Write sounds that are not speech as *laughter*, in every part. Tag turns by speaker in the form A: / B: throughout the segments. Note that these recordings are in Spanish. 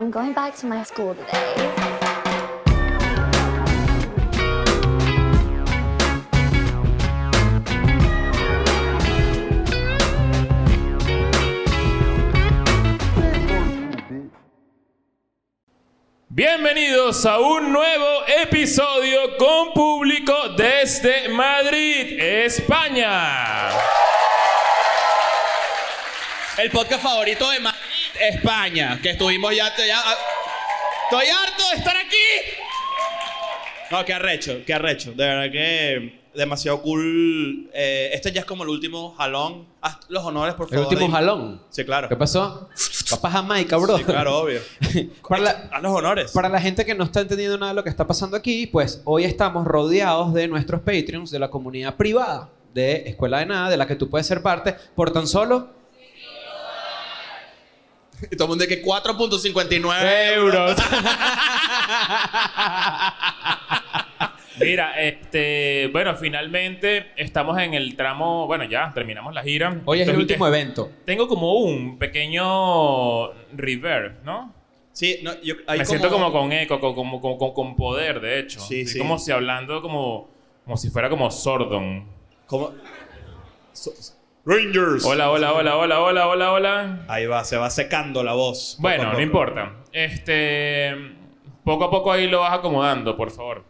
A: I'm going back to my school today.
B: Bienvenidos a un nuevo episodio con público desde Madrid, España.
C: El podcast favorito de Madrid, España, que estuvimos ya, ya- ah, Estoy harto de estar aquí. No, qué arrecho, qué arrecho. De verdad que demasiado cool. Eh, este ya es como el último jalón. Haz los honores, por
D: El
C: favor.
D: último
C: Dime.
D: jalón.
C: Sí, claro.
D: ¿Qué pasó? Papá Jamaica, bro.
C: Sí, claro, obvio.
D: *laughs* para, la,
C: Haz los honores.
D: para la gente que no está entendiendo nada de lo que está pasando aquí, pues hoy estamos rodeados de nuestros Patreons de la comunidad privada de Escuela de Nada, de la que tú puedes ser parte por tan solo
C: Y todo el mundo de que 4.59
B: Euros. *laughs* Mira, este, bueno, finalmente estamos en el tramo, bueno, ya terminamos la gira.
D: Hoy es el
B: Entonces,
D: último evento.
B: Tengo como un pequeño reverb, ¿no?
C: Sí, no, yo, hay
B: Me siento como con eco, co- como, como- como con poder, de hecho.
C: Sí,
B: Estoy
C: sí.
B: Como si hablando como, como si fuera como Sordon.
C: como- so- Rangers.
B: Hola, hola, hola, hola, hola, hola, hola.
C: Ahí va, se va secando la voz. poco a
B: Bueno, no
C: poco.
B: importa. Este, poco a poco ahí lo vas acomodando, por favor.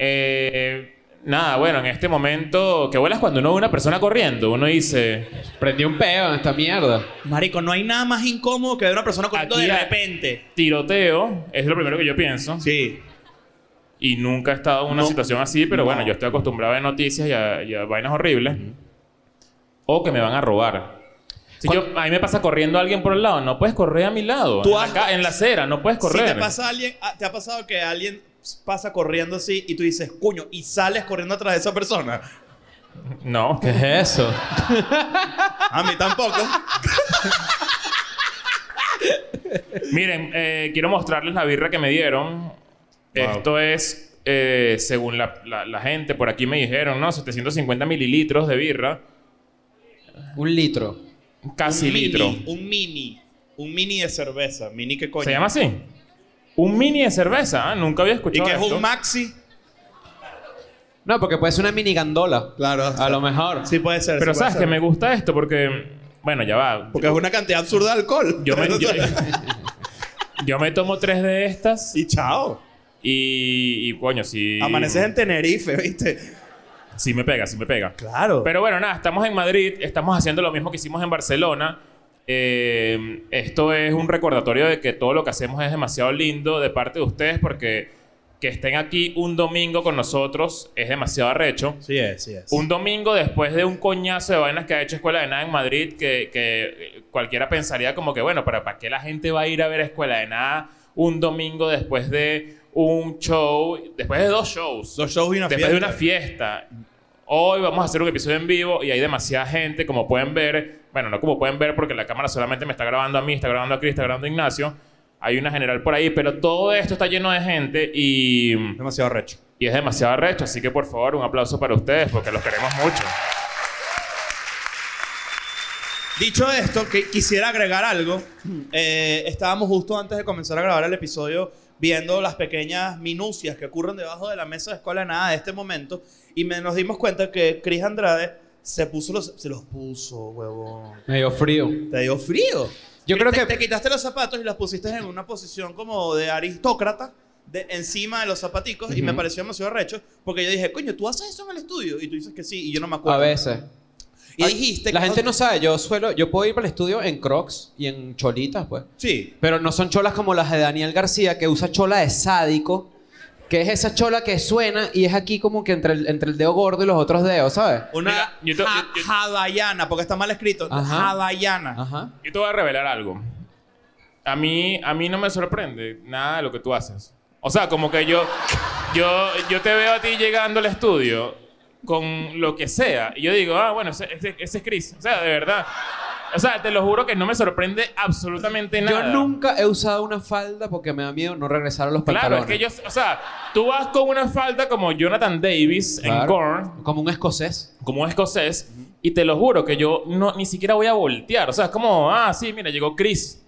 B: Eh, nada, bueno, en este momento que vuelas cuando uno ve una persona corriendo, uno dice,
D: Prendí un peo en esta mierda.
C: Marico, no hay nada más incómodo que ver una persona corriendo
B: Aquí
C: de
B: hay-
C: repente.
B: tiroteo, es lo primero que yo pienso.
C: Sí.
B: Y nunca he estado en una
C: No.
B: situación así, pero bueno,
C: No.
B: yo estoy acostumbrado a ver noticias y a, y a vainas horribles. O que me van a robar. Si yo, a mí me pasa corriendo alguien por el lado, no puedes correr a mi lado.
C: Tú has-
B: acá, en la acera, no puedes correr.
C: Si te pasa alguien, ah, te ha pasado que alguien pasa corriendo así y tú dices, cuño, y sales corriendo atrás de esa persona.
B: No.
D: ¿Qué es eso?
C: A mí
B: *laughs*
C: tampoco.
B: Miren, eh, quiero mostrarles la birra que me dieron. Esto es, eh, según la, la- la gente, por aquí me dijeron, ¿no? 750 mililitros de birra.
D: Un litro.
B: Casi
C: un mini,
B: litro.
C: Un mini. Un mini de cerveza. Mini que coño.
B: ¿Se llama así? Un mini de cerveza. Ah, Nunca había
C: Y
B: escuchado
C: que es
B: esto.
C: un maxi.
D: No, porque puede ser una mini gandola.
C: Claro.
D: A lo mejor.
C: Sí puede ser.
B: Pero
C: sí puede
B: sabes
C: ser.
B: que me gusta esto porque, bueno, ya va.
C: Porque es una cantidad absurda de alcohol.
B: Yo me, yo- yo me tomo tres de estas y,
C: *laughs* y chao.
B: y coño, si...
C: Amaneces en Tenerife, ¿viste?
B: Sí me pega, sí me pega.
C: Claro.
B: Pero bueno, nada, estamos en Madrid, estamos haciendo lo mismo que hicimos en Barcelona. Eh, esto es un recordatorio de que todo lo que hacemos es demasiado lindo de parte de ustedes porque que estén aquí un domingo con nosotros es demasiado arrecho.
C: sí es, sí es.
B: Un domingo después de un coñazo de vainas que ha hecho Escuela de Nada en Madrid, que, que, eh, cualquiera pensaría como que, bueno, ¿para, ¿para qué la gente va a ir a ver Escuela de Nada un domingo después de un show, después de dos shows?
C: Dos shows y una
B: después
C: fiesta.
B: de una fiesta. Hoy vamos a hacer un episodio en vivo y hay demasiada gente, como pueden ver. Bueno, no como pueden ver porque la cámara solamente me está grabando a mí, está grabando a Cris, está grabando a Ignacio. Hay una general por ahí, pero todo esto está lleno de gente y,
C: Demasiado recho.
B: y es demasiado recho. Así que por favor, un aplauso para ustedes porque los queremos mucho.
C: Dicho esto, que quisiera agregar algo. Eh, estábamos justo antes de comenzar a grabar el episodio viendo las pequeñas minucias que ocurren debajo de la mesa de escuela de nada de este momento y me- nos dimos cuenta que Chris Andrade se puso los se los puso, huevón.
D: Me dio frío.
C: Te dio frío.
D: Yo creo
C: Te-
D: que-
C: te quitaste los zapatos y los pusiste en una posición como de aristócrata de encima de los zapaticos y me pareció demasiado recho porque yo dije, "Coño, tú haces eso en el estudio" y tú dices que sí y yo no me
D: A
C: acuerdo.
D: veces.
C: Y dijiste
D: La
C: que-
D: gente no sabe, yo suelo, yo puedo ir para el estudio en crocs y en cholitas, pues.
C: Sí.
D: Pero no son cholas como las de Daniel García, que usa chola de sádico, que es esa chola que suena y es aquí como que entre el, entre el dedo gordo y los otros dedos, ¿sabes?
C: Una
B: Mira, yo te-
C: ha-
B: yo- yo-
C: hawaiana, porque está mal escrito.
D: Ajá.
C: Hawaiana.
D: Ajá.
B: Yo te voy a revelar algo. A mí, a mí no me sorprende nada de lo que tú haces. O sea, como que yo, yo, yo te veo a ti llegando al estudio con lo que sea. Y yo digo, ah, bueno, ese, ese- ese es Chris. O sea, de verdad. O sea, te lo juro que no me sorprende absolutamente
D: Yo
B: nada.
D: nunca he usado una falda porque me da miedo no regresar a los
B: Claro,
D: pantalones.
B: es que yo, o sea, tú vas con una falda como Jonathan Davis en
D: Claro.
B: Korn,
D: Como un escocés.
B: como un escocés, y te lo juro que yo no, ni siquiera voy a voltear. O sea, es como, ah, sí, mira, llegó Chris.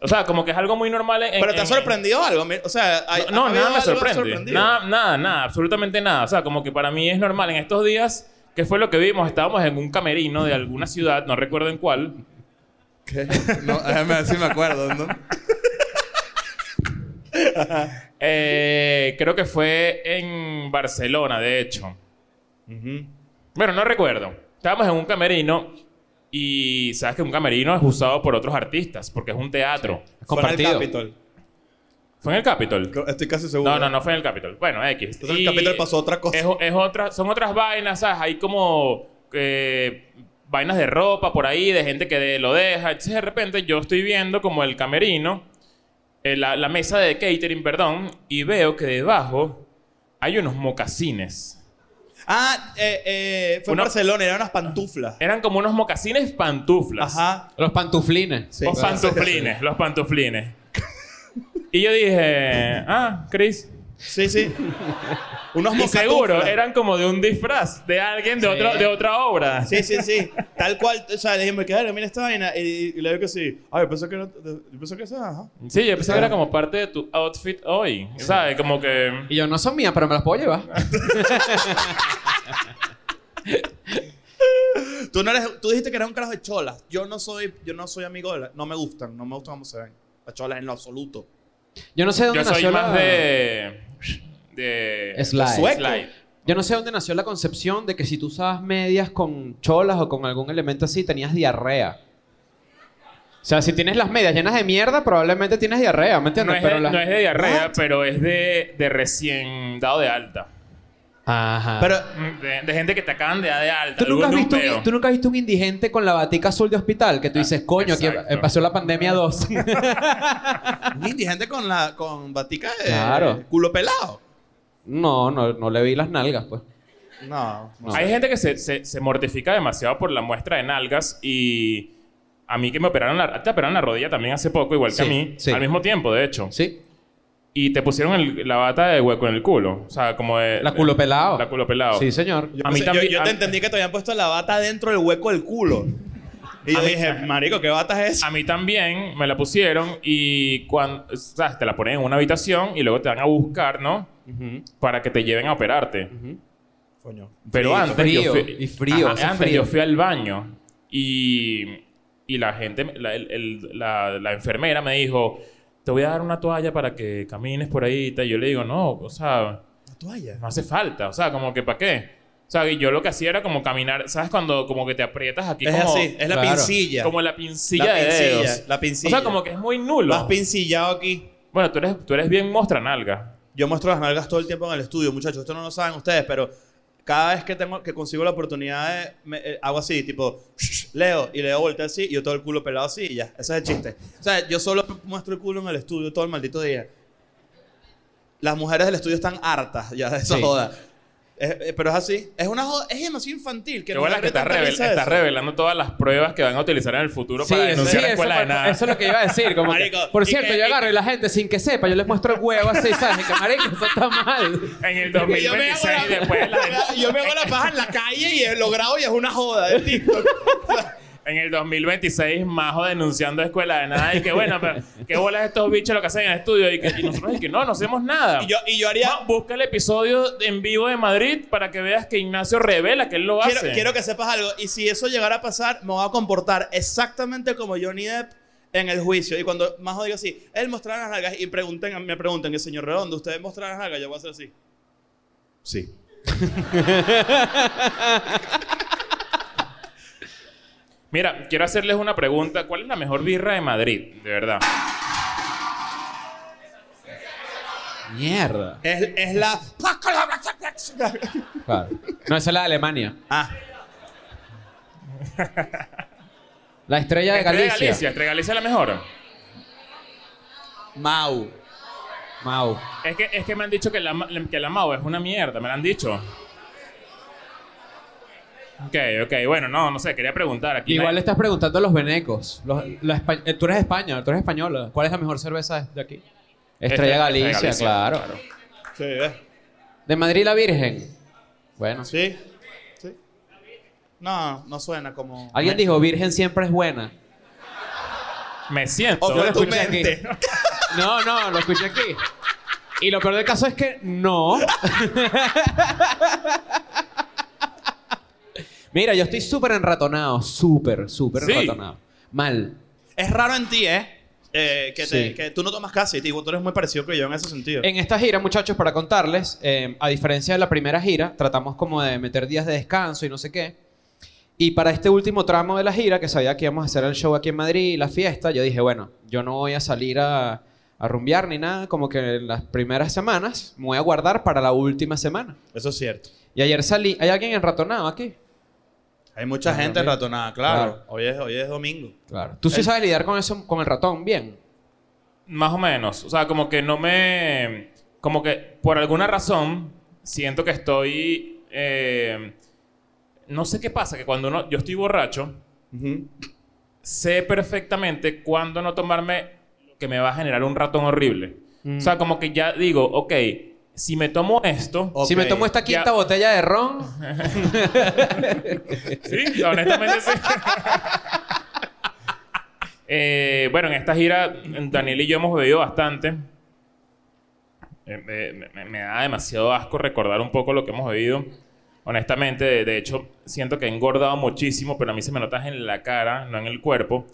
B: O O sea, como que es algo muy normal en...
C: Pero
B: en-
C: te ha
B: en-
C: sorprendido algo. mi- O sea, hay- ha
B: No,
C: habido
B: nada me
C: algo
B: sorprende.
C: sorprendido?
B: Nada, nada, nada, absolutamente nada. O sea, como que para mí es normal. En estos días, ¿qué fue lo que vimos? Estábamos en un camerino de alguna ciudad, no recuerdo en cuál.
E: ¿Qué? No, déjame ver si me acuerdo, ¿no?
B: Eh, creo que fue en Barcelona, de hecho. Bueno, no recuerdo. Estábamos en un camerino y sabes que un camerino es usado por otros artistas porque es un teatro.
C: Fue en el
D: Compartido.
C: Capitol.
B: ¿Fue en el Capitol?
E: Estoy casi seguro.
B: No, no, no fue en el Capitol. Bueno, X.
C: Entonces
B: Y
C: el Capitol pasó otra cosa.
B: Es, es otra, son otras vainas, ¿sabes? Hay como eh, vainas de ropa por ahí, de gente que de- lo deja. Entonces, de repente, yo estoy viendo como el camerino, eh, la, la mesa de catering, perdón, y veo que debajo hay unos mocasines.
C: Ah, eh, eh, fue
B: Una-
C: en Barcelona, eran unas pantuflas.
B: Eran como unos mocasines pantuflas.
C: Ajá.
D: Los pantuflines.
C: Sí.
B: los
C: claro.
B: pantuflines, los pantuflines.
C: *laughs*
B: y yo dije, ah, Chris. *laughs*
C: Sí, sí. Unos
B: Y
C: mocatuflas.
B: seguro, eran como de un disfraz de alguien de,
D: Sí.
B: otro- de otra obra.
C: Sí, sí, sí. Tal cual, o sea, le dijimos que "Dale, mira esta vaina. Y, y le digo que sí. Ay, yo pensé que no. Yo pensé que esa, ajá.
B: Sí, yo pensé que era como parte de tu outfit hoy. ¿Sabes? Como que.
D: Y yo, no son mías, pero me las puedo llevar.
C: Tú, no eres, tú dijiste que eres un carajo de cholas. Yo no soy, yo no soy amigo de la, No me gustan, no me gustan cómo se ven. Las cholas en lo absoluto.
D: Yo no sé dónde
B: Yo soy
D: nació la-
B: más de. de.
D: Slide.
C: Sueco.
D: Yo no sé dónde nació la concepción de que si tú usabas medias con cholas o con algún elemento así, tenías diarrea. O sea, si tienes las medias llenas de mierda, probablemente tienes diarrea, ¿me
B: No
D: entiendes?
B: es,
D: Pero
B: de,
D: las-
B: no es de diarrea, pero es de, de recién dado de alta.
D: Ajá.
C: Pero
B: De, de gente que te acaban de dar de alta.
D: ¿Tú nunca, has
B: algún
D: visto
B: numpeo.
D: un, tú nunca has visto un indigente con la batica azul de hospital que tú dices, coño, aquí
B: Ah, exacto.
D: eh, pasó la pandemia *laughs* 2.
C: un indigente con la con batica de
D: Claro.
C: culo pelado.
D: no, no, no le vi las nalgas, pues.
C: No, no.
D: No.
B: Hay gente que se, se- se mortifica demasiado por la muestra de nalgas y. A mí que me operaron la, te operaron la rodilla también hace poco, igual que
D: Sí,
B: a mí.
D: sí.
B: Al mismo tiempo, de hecho.
D: Sí.
B: Y te pusieron el- la bata de hueco en el culo. O sea, como de.
D: La culo pelado.
B: La culo pelado.
D: Sí, señor.
C: Yo
B: A mí
C: pensé- yo-
B: también-
C: Yo,
B: a-
C: te entendí que te habían puesto la bata dentro del hueco del culo. Y yo dije, marico, ¿qué bata es esa?
B: A mí también me la pusieron y cuando, o sea, te la ponen en una habitación y luego te van a buscar, ¿no? Para que te lleven a operarte.
C: Coño.
B: Pero
D: Frío,
B: antes yo
D: frío,
B: fui,
D: y frío, hace
B: antes
D: frío.
B: yo fui al baño y, y la gente, la, el- el- la- la enfermera me dijo, te voy a dar una toalla para que camines por ahí y tal. Y yo le digo, no, o sea,
C: ¿Una toalla?
B: no hace falta, o sea, como que para qué. O sea, y yo lo que hacía era como caminar, ¿sabes? Cuando como que te aprietas aquí
C: Es
B: como,
C: así, es la
D: claro.
C: pincilla.
B: como la pincilla
C: La
B: de
C: pincilla,
B: dedos.
C: la pincilla.
B: O sea, como que es muy nulo.
C: Vas pincillado aquí.
B: Bueno, tú eres, tú eres bien mostra nalga.
C: Yo muestro las nalgas todo el tiempo en el estudio, muchachos. Esto no lo saben ustedes, pero cada vez que tengo que consigo la oportunidad, de- me- eh, hago así, tipo, leo, y leo vuelta así, y yo todo el culo pelado así, y ya. Ese es el chiste. O sea, yo solo muestro el culo en el estudio todo el maldito día. Las mujeres del estudio están hartas ya de esa
D: Sí.
C: joda. Es- eh, pero es así. Es una joda, es demasiado infantil. Que
B: Qué
C: no
B: buena
C: la
B: que
C: gente
B: estás, revel-
C: aterriza
B: estás
C: eso.
B: revelando todas las pruebas que van a utilizar en el futuro
D: Sí,
B: para
D: eso,
B: denunciar
D: sí,
B: a
D: eso
B: escuela
D: fue-
B: de nada.
D: eso es lo que iba a decir. como que-
C: Marico,
D: por
C: y
D: cierto,
C: que- y
D: yo agarro y la gente sin que sepa, yo les muestro el huevo así, ¿sabes? Y que, marico, eso está mal.
B: *laughs* En el
C: Y *laughs* yo me
B: 2026
C: hago la-
B: después la gente-
C: *laughs* Yo me hago la paja en la calle y eh, lo grabo y es una joda
B: *laughs*
C: de TikTok.
B: En el 2026, Majo denunciando a escuela de nada. Y que bueno, pero qué bolas estos bichos lo que hacen en el estudio. Y, que, y nosotros y que no, no hacemos nada.
C: Y yo, y yo haría...
B: No, busca el episodio de- en vivo de Madrid para que veas que Ignacio revela que él lo
C: quiero,
B: hace.
C: quiero que sepas algo. Y si eso llegara a pasar, me voy a comportar exactamente como Johnny Depp en el juicio. Y cuando más diga así, él mostrará las nalgas y pregunten, me pregunten, el señor Redondo, ¿ustedes mostrarán las nalgas? Yo voy a hacer así. *laughs* Sí.
B: Mira, quiero hacerles una pregunta. ¿Cuál es la mejor birra de Madrid? De verdad.
D: Mierda.
C: Es, es la...
D: Claro. No, esa es la de Alemania.
C: Ah,
D: *laughs* La estrella de
B: Entre
D: Galicia.
B: Galicia. Entre Galicia es la mejor.
C: Mau.
D: Mau.
B: Es que, es que me han dicho que la, ma- que la Mau es una mierda, me lo han dicho. Ok, ok, bueno, no, no sé, quería preguntar aquí.
D: Igual
B: nadie-
D: le estás preguntando a los venecos. Los- los espa- eh, tú eres de España, tú eres española. ¿Cuál es la mejor cerveza de aquí? Estrella
B: Estrella
D: Galicia,
B: Galicia,
D: claro.
C: Sí, ¿ves?
D: De Madrid la Virgen. Bueno.
C: Sí. Sí. No, no suena como...
D: Alguien dijo, Virgen siempre es buena.
B: Me siento.
C: O fue tu
D: escuché aquí.
C: mente.
D: No, no, lo escuché aquí. Y lo peor del caso es que no. Mira, yo estoy súper enratonado, súper, súper
B: Sí.
D: enratonado. Mal.
C: Es raro en ti, ¿eh? Eh, que, te-
D: Sí.
C: que tú no tomas casi, tipo, tú eres muy parecido que yo en ese sentido.
D: En esta gira, muchachos, para contarles, eh, a diferencia de la primera gira, tratamos como de meter días de descanso y no sé qué. Y para este último tramo de la gira, que sabía que íbamos a hacer el show aquí en Madrid y la fiesta, yo dije, bueno, yo no voy a salir a, a rumbear ni nada, como que en las primeras semanas me voy a guardar para la última semana.
C: Eso es cierto.
D: Y ayer salí, ¿hay alguien enratonado aquí?
C: Hay mucha
D: Claro,
C: gente
D: mira.
C: ratonada, claro.
D: Claro.
C: Hoy, es, hoy es domingo.
D: Claro. Tú sí sabes lidiar con eso, con el ratón, bien.
B: Más o menos. O sea, como que no me. Como que por alguna razón siento que estoy. eh, no sé qué pasa, que cuando uno, yo estoy borracho, sé perfectamente cuándo no tomarme lo que me va a generar un ratón horrible. O sea, como que ya digo, ok, si me tomo esto.
C: Ok.
D: Si me tomo esta quinta
B: Ya.
D: botella de ron,
B: Sí, honestamente sí. Eh, bueno, en esta gira Daniel y yo hemos bebido bastante. Eh, me, me- me da demasiado asco recordar un poco lo que hemos bebido. Honestamente, de, de hecho, siento que he engordado muchísimo, pero a mí se me nota en la cara, no en el cuerpo.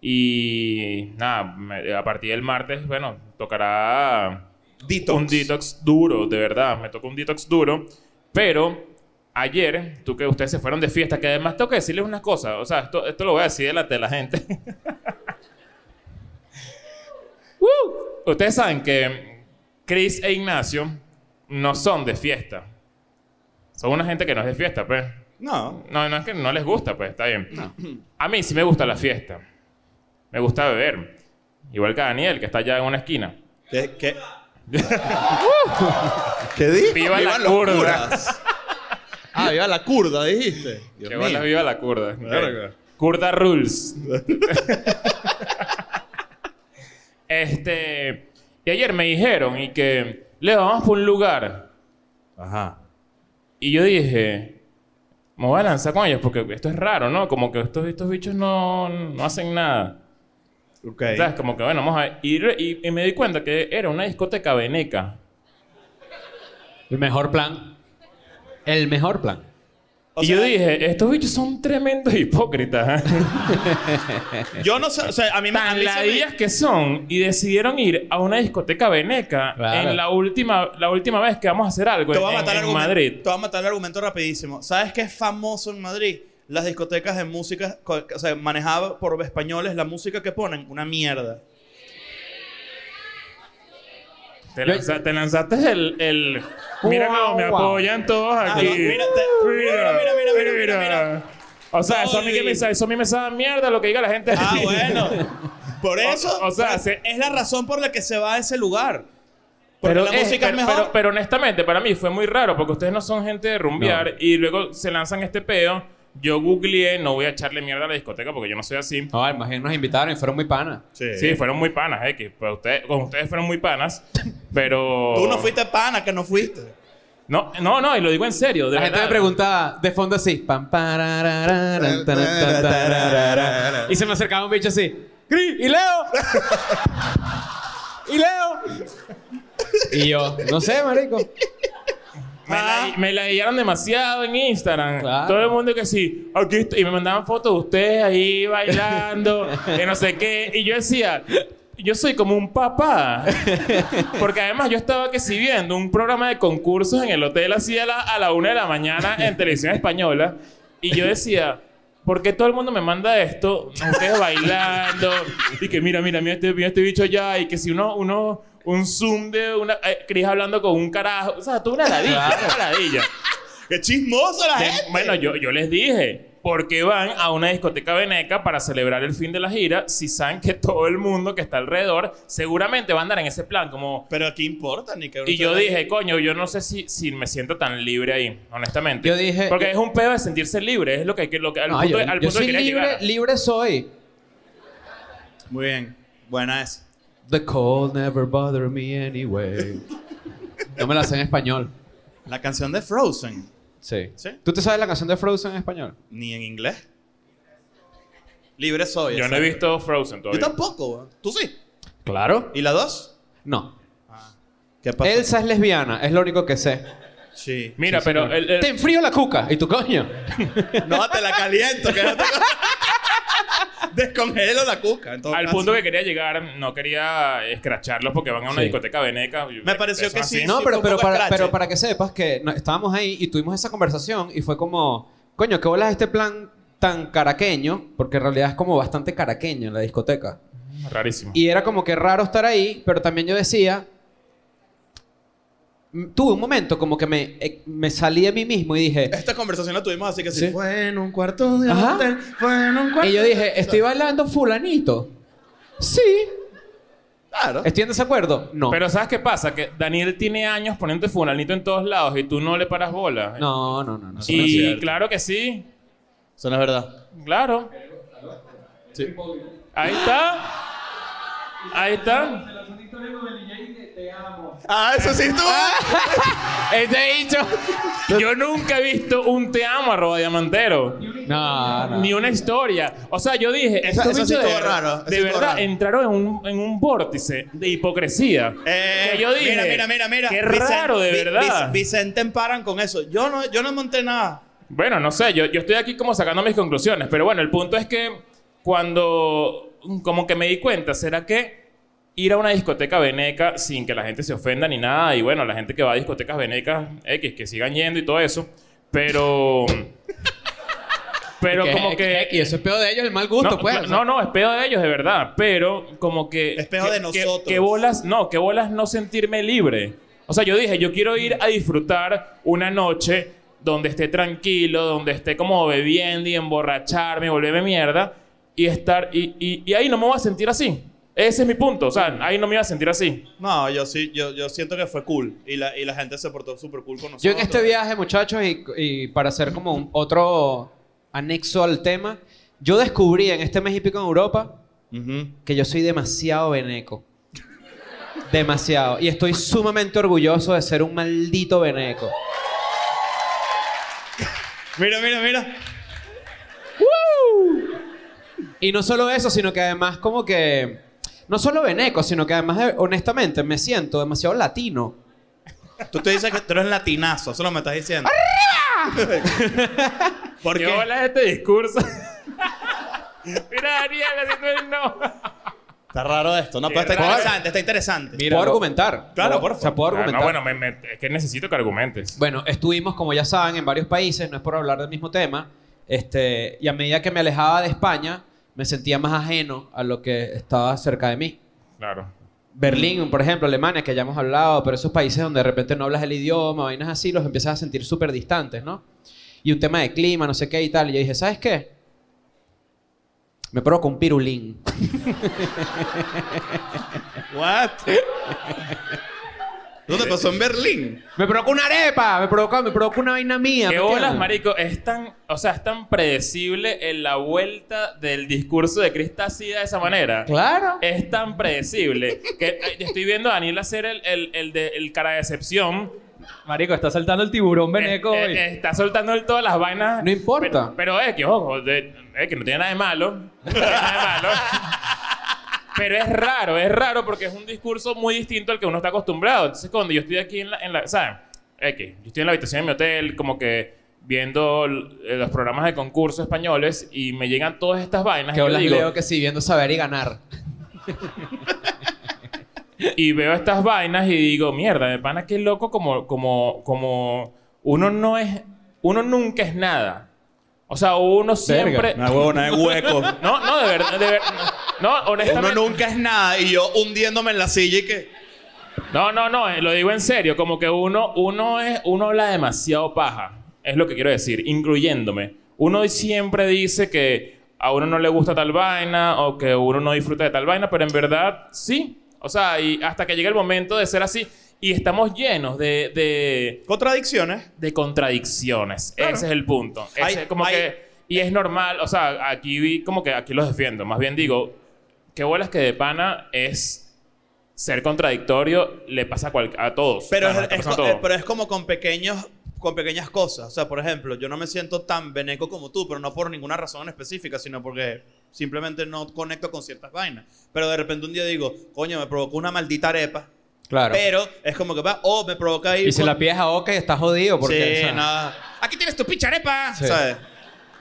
B: Y nada, me- a partir del martes, bueno, tocará
C: Detox.
B: un detox duro, de verdad. Me tocó un detox duro. Pero ayer, tú que ustedes se fueron de fiesta, que además tengo que decirles una cosa. O sea, esto, esto lo voy a decir delante de la gente. *laughs* ¡Woo! Ustedes saben que Chris e Ignacio no son de fiesta. Son una gente que no es de fiesta, pues.
C: No.
B: No, no es que no les gusta, pues está bien. A mí sí me gusta la fiesta. Me gusta beber. Igual que a Daniel, que está allá en una esquina.
C: ¿Qué, qué? *laughs*
E: ¿Qué dijo?
B: Viva la
E: los
B: curda.
E: curas. Ah, viva la curda, dijiste. Dios
B: Que
E: mío.
B: bola, viva la curda.
E: Verga. *laughs*
B: Curda rules. este. Y ayer me dijeron y que, Leo, vamos por un lugar.
E: Ajá.
B: Y yo dije, me voy a lanzar con ellos porque esto es raro, ¿no? Como que estos, estos bichos no, no hacen nada.
C: Ok.
B: ¿Sabes? Como que, bueno, vamos a ir. Y, y me di cuenta que era una discoteca veneca.
D: el mejor plan. El mejor plan.
C: O
B: y
C: sea,
B: yo dije, estos bichos son tremendos hipócritas. ¿eh?
C: Yo no sé, o sea, a mí me. a
B: tan
C: mí se me-
B: ladillas que son y decidieron ir a una discoteca veneca
D: Claro.
B: en la última, la última vez que vamos a hacer algo
C: Te
B: en,
C: voy a matar el
B: en
C: argumento-
B: Madrid.
C: Te voy a matar el argumento rapidísimo. ¿Sabes qué es famoso en Madrid? Las discotecas de música, co- o sea, manejadas por españoles, la música que ponen,
B: *laughs*
C: una mierda.
B: Te, lanza- te lanzaste el... el- mira
D: Guau,
B: cómo me
D: guau.
B: apoyan todos aquí.
C: no, Ah, mira, te- mira, mira, mira, mira, mira, mira.
B: O sea, eso a, mí que me,
C: Ay.
B: sa- eso a mí me sabe mierda lo que diga la gente.
C: Ah,
B: aquí.
C: bueno. Por eso.
B: o sea, se-
C: es la razón por la que se va a ese lugar. Porque
B: Pero,
C: la
B: es-
C: música es,
B: pero-
C: mejor.
B: pero- pero honestamente, para mí fue muy raro porque ustedes no son gente de rumbear y luego se lanzan este pedo. Yo googleé, no voy a echarle mierda a la discoteca porque yo no soy así.
D: No, imagínate, nos invitaron y fueron muy panas.
B: Sí, fueron muy panas, eh, X. Pero ustedes, con ustedes fueron muy panas, pero...
C: Tú no fuiste pana, que no fuiste.
B: No, no, no, y lo digo en serio. de
D: La gente
B: verdad.
D: me preguntaba de fondo así. pam, pararararan, taran, tarararara. Y se me acercaba un bicho así. "Cris, ¡Y
B: *laughs*
D: Leo! ¡Y Leo! Y yo, no sé, marico.
B: Me, la, me la guiaron demasiado en Instagram.
D: Claro.
B: Todo el mundo que sí, aquí estoy. Y me mandaban fotos de ustedes ahí bailando, que no sé qué. Y yo decía, yo soy como un papá. Porque además yo estaba que si viendo un programa de concursos en el hotel así a la, a la una de la mañana en televisión española. Y yo decía, ¿por qué todo el mundo me manda esto? Ustedes bailando. Y que mira, mira, mira este, mira este bicho allá. Y que si uno, uno, un zoom de una. eh, Cris hablando con un carajo. O sea, tú una ladilla, una ladilla.
C: ¡Qué chismoso la
B: Que,
C: gente!
B: bueno, yo, yo les dije, ¿por qué van a una discoteca veneca para celebrar el fin de la gira si saben que todo el mundo que está alrededor seguramente va a andar en ese plan? Como...
C: Pero ¿qué importa? Ni que
B: Y yo dije, coño, yo no sé si, si me siento tan libre ahí, honestamente.
D: Yo dije-
B: Porque
D: yo-
B: es un pedo de sentirse libre, es lo que, que- lo que al
D: No,
B: punto,
D: yo,
B: de- al punto
D: yo
B: que
D: soy
B: quería
D: libre,
B: llegar.
D: libre soy.
C: Muy bien. Buena esa.
D: The cold never bothered me anyway. No me la sé en español.
C: La canción de Frozen.
D: Sí.
C: ¿Sí?
D: ¿Tú te sabes la canción de Frozen en español?
C: Ni en inglés. Libre soy.
B: Yo no he
C: exacto.
B: visto Frozen
C: Yo
B: todavía.
C: tampoco, weón. Tú sí.
B: Claro.
C: ¿Y la dos?
D: No.
C: ¿Qué pasa?
D: Elsa es lesbiana, es lo único que sé.
C: Sí.
B: Mira, pero el- el-
D: Te enfrío la cuca. ¿Y tu coño?
C: *laughs* No, te la caliento. que no te- Descongelo la *laughs* cuca. en todo
B: al
C: caso.
B: punto que quería llegar, no quería escracharlos porque van a una
D: Sí.
B: discoteca veneca.
C: Me pareció
B: Eso
C: que
B: así.
C: sí,
D: No, pero,
C: fue un
D: pero,
C: poco
D: para,
C: escrache.
D: pero para que sepas que no- estábamos ahí y tuvimos esa conversación y fue como, coño, ¿qué bolas este plan tan caraqueño? Porque en realidad es como bastante caraqueño en la discoteca.
B: Rarísimo.
D: Y era como que raro estar ahí, pero también yo decía, mm, tuve un momento como que me, eh, me salí de mí mismo y dije,
C: Esta conversación la tuvimos así que sí.
D: Sí.
C: Fue en un cuarto de
D: Ajá.
C: hotel. Fue en un cuarto.
D: y yo dije, estoy bailando fulanito. Sí.
C: Claro.
D: ¿Estoy en desacuerdo? No.
B: Pero ¿sabes qué pasa? Que Daniel tiene años poniendo fulanito en todos lados y tú no le paras bola.
D: no, no, no, no.
C: no es
B: Y
C: cierto.
B: claro que sí.
C: Eso no es verdad.
B: Claro.
C: Sí.
B: Ahí está. Ahí está.
C: Ah, eso sí tú.
B: Este
C: *laughs*
B: dicho. Yo nunca he visto un te amo arroba diamantero.
D: No, no.
B: Ni una historia. O sea, yo dije,
C: Eso-
B: estos
C: eso sí
B: bichos de,
C: estuvo raro, eso
B: de
C: estuvo
B: verdad
C: raro.
B: entraron en un, en un vórtice de hipocresía.
C: Eh,
B: que yo dije,
C: mira, mira, mira, mira.
B: qué
C: Vicen-
B: raro, de
C: Vi-
B: verdad.
C: Vic- Vicente emparan con eso. Yo no, yo no monté nada.
B: Bueno, no sé, yo, yo estoy aquí como sacando mis conclusiones, pero bueno, el punto es que cuando como que me di cuenta, ¿será que ir a una discoteca veneca sin que la gente se ofenda ni nada? Y bueno, la gente que va a discotecas venecas, X, que sigan yendo y todo eso, pero... Pero
D: Que-
B: como que...
D: Y eso es peor de ellos, el mal gusto,
B: No,
D: pues.
B: cla- no, no, es peo de ellos, de verdad. Pero como que...
C: Es peo
B: que-
C: de
B: que-
C: nosotros.
B: Que, bolas... No, que bolas no sentirme libre. O sea, yo dije, yo quiero ir a disfrutar una noche donde esté tranquilo, donde esté como bebiendo y emborracharme, volverme mierda. Y estar... Y, y- y ahí no me voy a sentir así. Ese es mi punto. O sea, ahí no me iba a sentir así.
C: No, yo sí, yo, yo siento que fue cool. Y la, y la gente se portó súper cool con nosotros.
D: Yo en este viaje, muchachos, y, y para hacer como un otro anexo al tema, yo descubrí en este mes y pico en Europa
C: Ujú.
D: que yo soy demasiado veneco. Demasiado. Y estoy sumamente orgulloso de ser un maldito veneco.
C: Mira, mira, mira.
D: Y no solo eso, sino que además como que... No solo veneco, sino que además, eh, honestamente, me siento demasiado latino.
C: Tú te dices que tú eres latinazo, eso es lo que me estás diciendo. ¿Por
B: ¿Qué
C: qué?
B: bolas este discurso? *laughs* Mira, Daniel, así tú no.
C: Está raro esto, no, pero está
B: raro.
C: interesante, está interesante.
D: puedo argumentar.
C: Claro,
D: Puedo-
C: por
D: O sea, puedo
B: Ah,
D: argumentar.
B: no, bueno, me- me- es que necesito que argumentes.
D: Bueno, estuvimos, como ya saben, en varios países, no es por hablar del mismo tema, este, y a medida que me alejaba de España, me sentía más ajeno a lo que estaba cerca de mí.
B: Claro.
D: Berlín, por ejemplo, Alemania, que ya hemos hablado, pero esos países donde de repente no hablas el idioma, vainas así, los empiezas a sentir súper distantes, ¿no? Y un tema de clima, no sé qué y tal. Y yo dije, ¿sabes qué? Me provoca un pirulín.
C: What? ¿Dónde pasó? En Berlín.
D: *laughs* Me provoca una arepa, me provoca, me provoca una vaina mía.
B: ¿Qué
D: ¿me
B: bolas,
D: entiendes?
B: marico? Es tan, o sea, es tan predecible en la vuelta del discurso de Crista Sida de esa manera.
D: Claro.
B: Es tan predecible que eh, estoy viendo a Daniel hacer el, el, el de- el cara de decepción.
F: Marico, está saltando el tiburón veneco
B: Eh,
F: hoy.
B: eh, está soltando él todas las vainas.
D: No importa.
B: Pero, pero es que, ojo, de- es que no tiene nada de malo. No tiene nada de malo. Pero es raro, es raro porque es un discurso muy distinto al que uno está acostumbrado. Entonces, cuando yo estoy aquí en la. En la ¿Saben? Es que yo estoy en la habitación de mi hotel, como que viendo l- eh, los programas de concurso españoles y me llegan todas estas vainas. y
D: Que
B: yo
D: bolas
B: digo-
D: leo que sí, viendo saber y ganar.
B: y veo estas vainas y digo, mierda, de pana, qué loco como, como, como uno no es, uno nunca es nada. O sea, uno siempre...
C: Una huevona de hueco.
B: No, no, de verdad, de verdad. No,
C: Uno
B: honestamente.
C: nunca es nada y yo hundiéndome en la silla y que.
B: No, no, no, eh, lo digo en serio. Como que uno, uno es, uno habla demasiado paja. Es lo que quiero decir, incluyéndome. Uno siempre dice que a uno no le gusta tal vaina o que uno no disfruta de tal vaina, pero en verdad sí. O sea, y hasta que llega el momento de ser así. Y estamos llenos de, de,
C: Contradicciones.
B: de contradicciones.
C: Claro.
B: Ese es el punto. Ese
C: Hay-
B: es como
C: hay-
B: que, y es normal, o sea, aquí vi- como que aquí los defiendo. Más bien digo, qué bolas que de pana es ser contradictorio, le pasa a, cual- a todos.
C: Pero,
B: Claro,
C: es,
B: está
C: es
B: pasando
C: co-
B: a
C: eh,
B: todos.
C: pero es como con pequeños con pequeñas cosas. O sea, por ejemplo, yo no me siento tan veneco como tú, pero no por ninguna razón en específica, sino porque simplemente no conecto con ciertas vainas. Pero de repente un día digo, coño, me provocó una maldita arepa.
D: Claro.
C: Pero es como que va, o me provoca ir.
D: y si
C: con-
D: la pides a Oca y estás jodido porque...
C: Sí,
D: o sea,
C: nada. Aquí tienes tu pinche arepa.
D: Sí.
C: ¿Sabes?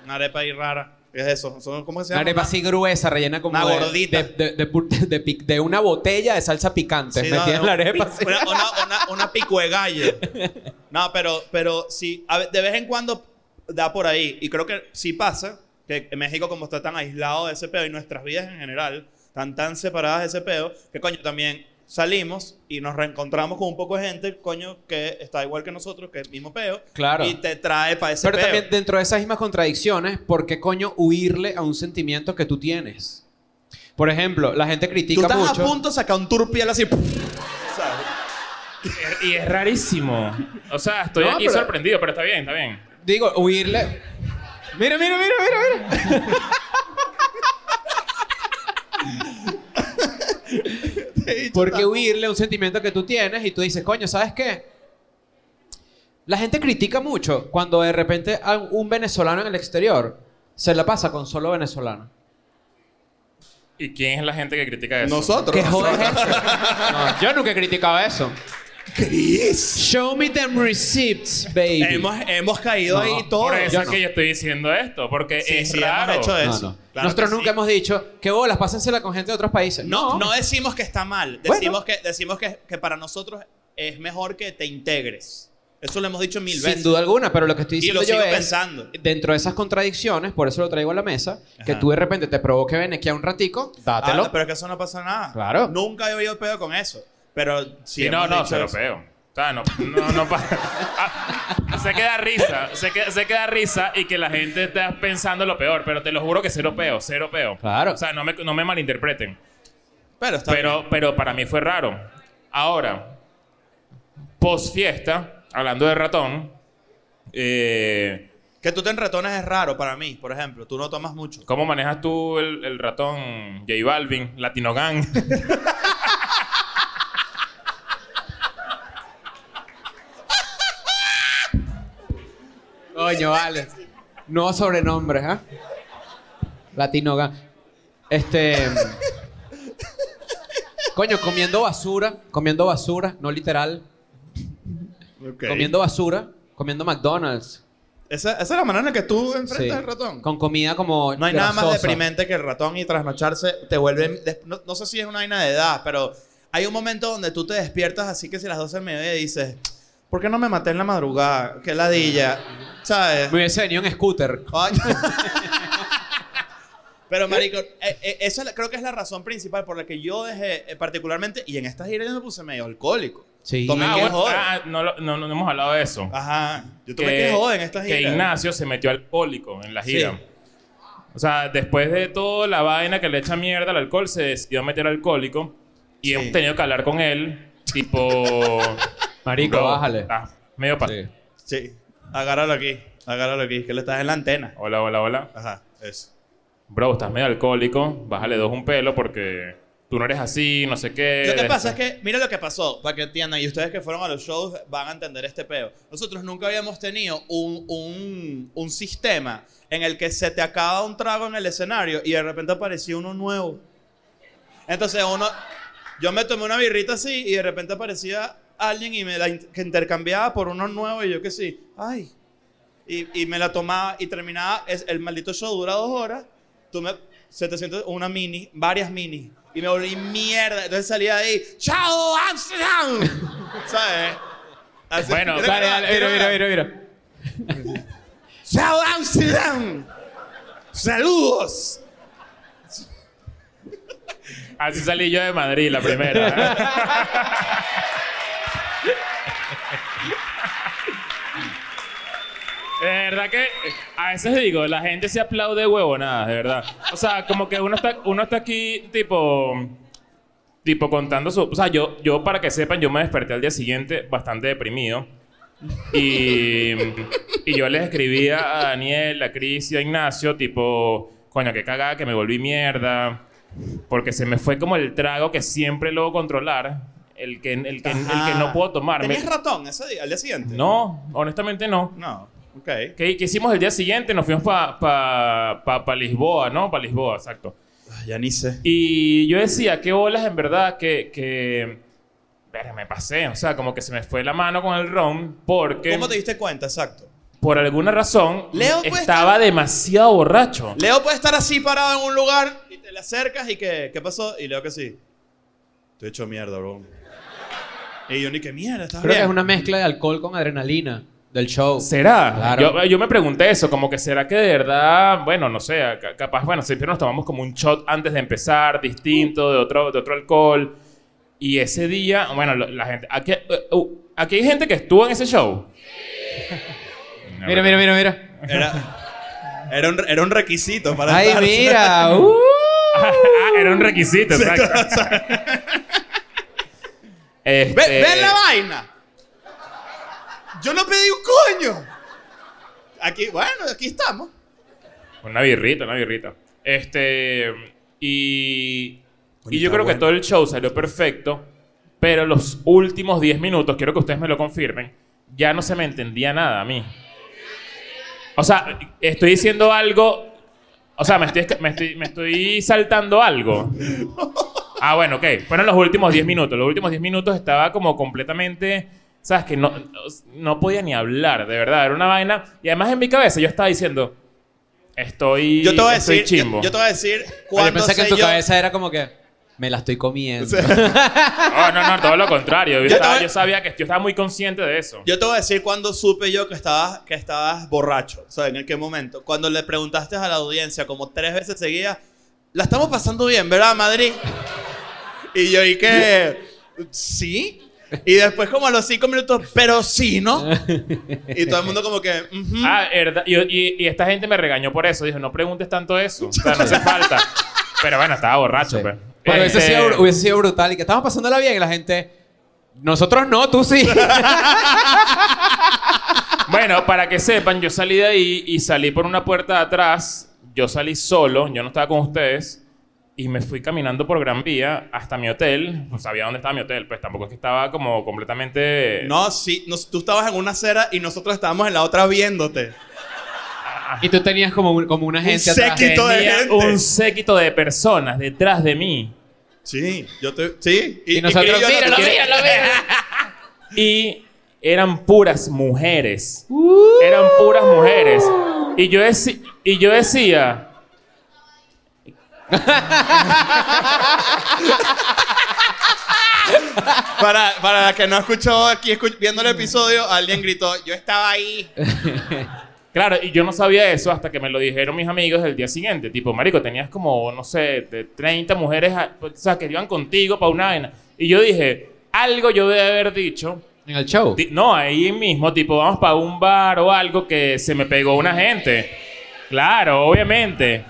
C: Una arepa ahí rara. ¿Qué es eso? Son- ¿Cómo se llama?
D: Una arepa así gruesa, rellena como
C: Una
D: de,
C: gordita.
D: De, de- de pu- de pic- de una botella de salsa picante.
C: Sí,
D: ¿Me
C: no,
D: tienes
C: no,
D: la arepa
C: pi-
D: así.
C: Una, una, una- una pico de gallo. No, pero, pero sí, a ve- de vez en cuando da por ahí. Y creo que sí pasa que en México, como está tan aislado de ese peo y nuestras vidas en general están tan separadas de ese peo, que coño, también salimos y nos reencontramos con un poco de gente, coño, que está igual que nosotros, que es el mismo peo.
D: Claro.
C: Y te trae para ese
D: Pero
C: peo.
D: también dentro de esas mismas contradicciones, ¿por qué coño huirle a un sentimiento que tú tienes? Por ejemplo, la gente
C: Tú
D: critica
C: estás
D: mucho.
C: a punto de sacar un turpial así. ¿sabes?
B: Y es rarísimo. O sea, estoy
D: No,
B: aquí
D: pero-
B: sorprendido, pero está bien, está bien.
D: Digo, huirle. Mira, mira, mira, mira, mira. Porque huirle a un sentimiento que tú tienes y tú dices, coño, ¿sabes qué? La gente critica mucho cuando de repente a un venezolano en el exterior se la pasa con solo venezolano.
B: ¿Y quién es la gente que critica eso?
E: Nosotros.
D: ¿Qué joder es eso? No, yo nunca he criticado eso. Show me them receipts, baby.
C: Hemos, hemos caído
D: No,
C: ahí todos.
B: Por eso
D: Yo
B: es
D: no.
B: que yo estoy diciendo esto, porque
C: Sí,
B: es
C: sí,
B: raro.
C: hemos hecho
D: No,
C: eso.
D: no.
C: Claro
D: Nosotros
C: que sí.
D: nunca hemos dicho que bolas, pásensela con gente de otros países.
C: No, no decimos que está mal.
D: Bueno.
C: Decimos, que, decimos que, que para nosotros es mejor que te integres. Eso lo hemos dicho mil
D: Sin
C: veces.
D: duda alguna, pero lo que estoy
C: Y lo
D: diciendo
C: sigo
D: yo es,
C: pensando.
D: dentro de esas contradicciones, por eso lo traigo a la mesa, que
C: Ajá.
D: tú de repente te provoque venequear un ratico,
C: Ah,
D: dátelo.
C: pero es que eso no pasa nada.
D: Claro.
C: Nunca he oído pedo con eso. Pero sí.
B: Sí, no,
C: hemos
B: no,
C: dicho
B: se lo
C: eso.
B: peo. O sea, no, no, no pasa. *laughs* Ah, se queda risa, se queda, se queda risa y que la gente está pensando lo peor, pero te lo juro que cero peo, cero peo.
D: Claro.
B: O sea, no me, no me malinterpreten.
C: Pero está bien.
B: Pero, pero para mí fue raro. Ahora, post fiesta, hablando de ratón, eh,
C: Que tú te enratones es raro para mí, por ejemplo. Tú no tomas mucho.
B: ¿cómo manejas tú el, el ratón J Balvin, Latino Gang?
D: Coño, vale. No sobrenombres, ¿ah? Latino Gang. Este. Coño, comiendo basura, comiendo basura, no literal. Comiendo basura, comiendo McDonald's.
C: Esa, esa es la manera en la que tú enfrentas
D: Sí.
C: el ratón.
D: Con comida como.
C: No hay nada más
D: grasosa.
C: deprimente que el ratón y trasnocharse te vuelve... des- No, no sé si es una vaina de edad, pero hay un momento donde tú te despiertas así que si a las 12 del mediodía dices, ¿por qué no me maté en la madrugada? Qué ladilla, ¿sabes? *laughs*
D: Me hubiese venido en scooter.
C: Ay. Pero, marico, eh, eh, esa la- creo que es la razón principal por la que yo dejé, eh, particularmente, y en estas giras yo me puse medio alcohólico.
D: Sí.
B: *laughs*
C: Tomé
B: Ah,
C: que
B: bueno,
C: joder.
B: ah, no, lo- no, no hemos hablado de eso.
C: Ajá. Yo tomé que joder en estas
B: que
C: giras.
B: Ignacio se metió alcohólico en la gira.
C: Sí.
B: O sea, después de toda la vaina que le echa mierda al alcohol, se decidió meter alcohólico y
C: Sí.
B: hemos tenido que hablar con él, tipo...
D: *laughs* Marico,
B: bro,
D: bájale.
B: ah, medio pa-
D: Sí.
C: Sí. Agárralo aquí. Agárralo aquí, que le estás en la antena.
B: Hola, hola, hola.
C: Ajá, eso.
B: Bro, estás medio alcohólico, bájale dos un pelo porque tú no eres así, no sé qué.
C: Lo que pasa es que, mira lo que pasó, para que entiendan, y ustedes que fueron a los shows van a entender este peo. Nosotros nunca habíamos tenido un, un, un sistema en el que se te acaba un trago en el escenario y de repente apareció uno nuevo. Entonces uno, yo me tomé una birrita así y de repente aparecía alguien y me la in- que intercambiaba por uno nuevo y yo que sí, ay. Y, y me la tomaba y terminaba, es- el maldito show dura dos horas, tú me, 700, una mini, varias mini. Y me volví mierda. Entonces salía de ahí, ¡Chao, Amsterdam! *laughs* ¿Sabes? Así- *laughs*
B: Bueno,
C: ¿Quieres
D: Dale,
C: grabar?
D: dale, mira,
C: ¿Quieres
D: mira,
C: grabar?
D: mira, mira.
C: ¡Chao, Amsterdam! ¡Saludos!
B: Así salí yo de Madrid la
C: *laughs*
B: primera. De verdad que a veces digo, la gente se aplaude huevonadas, de verdad. O sea, como que uno está, uno está aquí tipo, tipo contando su... O sea, yo, yo para que sepan, yo me desperté al día siguiente bastante deprimido. Y, y yo les escribía a Daniel, a Cris y a Ignacio, tipo, coño, qué cagada, que me volví mierda. Porque se me fue como el trago que siempre logro controlar, el que, el que, el que no puedo tomar. Me-
C: ¿Tenías ratón ese día, al día siguiente?
B: No, honestamente no.
C: No. Ok.
B: ¿Qué, qué hicimos el día siguiente? Nos fuimos para pa, pa- pa Lisboa, ¿no? Para Lisboa, exacto.
C: Ah, ya ni sé.
B: Y yo decía, qué bolas en verdad que... que... verga, me pasé, o sea, como que se me fue la mano con el ron porque
C: ¿Cómo te diste cuenta? Exacto.
B: por alguna razón
C: Leo pues, puede
B: estaba demasiado borracho.
C: Leo puede estar así parado en un lugar y te le acercas y que, ¿qué pasó? Y Leo que sí. Estoy hecho mierda, bro. Y yo ni que mierda, estás
D: Creo que
C: bien?".
D: es una mezcla de alcohol con adrenalina del show.
B: ¿Será?
D: Claro.
B: Yo, yo me pregunté eso, como que será que de verdad, bueno, no sé, ca- capaz, bueno, siempre nos tomamos como un shot antes de empezar, distinto, de otro, de otro alcohol. Y ese día, bueno, lo- la gente, aquí, uh, uh, aquí hay gente que estuvo en ese show. No,
D: Mira, mira, mira, mira.
C: Era, era, un, era un requisito para
D: Ay,
C: estar- *laughs*
D: mira. uh.
B: *laughs* Ah, era un requisito,
D: *laughs*
B: exacto. Este,
C: Ve-
D: Eh.
C: ven la vaina! ¡Yo no pedí un coño! Aquí, bueno, aquí estamos.
B: Una birrita, una birrita. Este. Y.
E: Coño,
B: Y yo
E: está
B: creo que
E: bueno.
B: todo el show salió perfecto. Pero los últimos 10 minutos, quiero que ustedes me lo confirmen, ya no se me entendía nada a mí. O sea, estoy diciendo algo. O sea, me estoy, me estoy, me estoy saltando algo. Ah, bueno, ok. Fueron los últimos 10 minutos. Los últimos 10 minutos estaba como completamente. ¿Sabes? Que no, no podía ni hablar, de verdad. Era una vaina. Y además en mi cabeza yo estaba diciendo. Estoy.
C: Yo te voy a
B: estoy
C: decir,
B: chimbo.
C: yo, yo te voy a decir
D: Yo
C: cuándo
D: pensé que en
C: sé
D: tu
C: yo-
D: cabeza era como que me la estoy comiendo.
B: No, no, no, todo lo
C: *laughs*
B: contrario. Yo,
C: te
B: estaba-
C: voy-
B: yo sabía que yo estaba muy consciente de eso.
C: Yo te voy a decir cuándo supe yo que estabas, que estabas borracho. O sea, en qué momento. Cuando le preguntaste a la audiencia como tres veces seguidas, la estamos pasando bien, ¿verdad, Madrid? Y yo, ¿y qué? ¿Sí? Y después como a los cinco minutos, pero sí, ¿no? Y todo el mundo como que, "Ujú".
B: Ah, verdad. Y, y- y esta gente me regañó por eso. Dijo, no preguntes tanto eso. O sea, no hace falta. Pero bueno, estaba borracho,
D: Sí.
B: pues.
D: Bueno, hubiese,
B: Este,
D: sido, bru- hubiese sido brutal y que estamos pasándola bien y la gente. Nosotros no, tú
C: *laughs*
D: sí.
B: Bueno, para que sepan, yo salí de ahí y salí por una puerta de atrás. Yo salí solo, yo no estaba con ustedes. Y me fui caminando por Gran Vía hasta mi hotel. No sabía dónde estaba mi hotel, pues tampoco es que estaba como completamente.
C: No, sí, nos- tú estabas en una acera y nosotros estábamos en la otra viéndote.
D: y tú tenías como, un- como una
C: Un
D: gente atrás.
C: séquito de
B: Tenía
C: gente.
B: un séquito de personas detrás de mí.
C: Sí, yo te... Sí.
D: Y nosotros,
C: quería yo-
D: míralo,
C: quería-
D: míralo, míralo.
B: *laughs* y eran puras mujeres. Eran puras mujeres. Y yo, deci- y yo decía.
C: Para, para la que no escuchó aquí escu- viendo el episodio, alguien gritó, yo estaba ahí.
B: Claro, y yo no sabía eso hasta que me lo dijeron mis amigos el día siguiente. Tipo, marico, tenías como, no sé, de 30 mujeres, a- o sea, que iban contigo para una vaina. Y yo dije, algo yo debe haber dicho.
D: En el show.
B: Ti- No, ahí mismo, tipo, vamos para un bar o algo que se me pegó una gente. Claro, obviamente.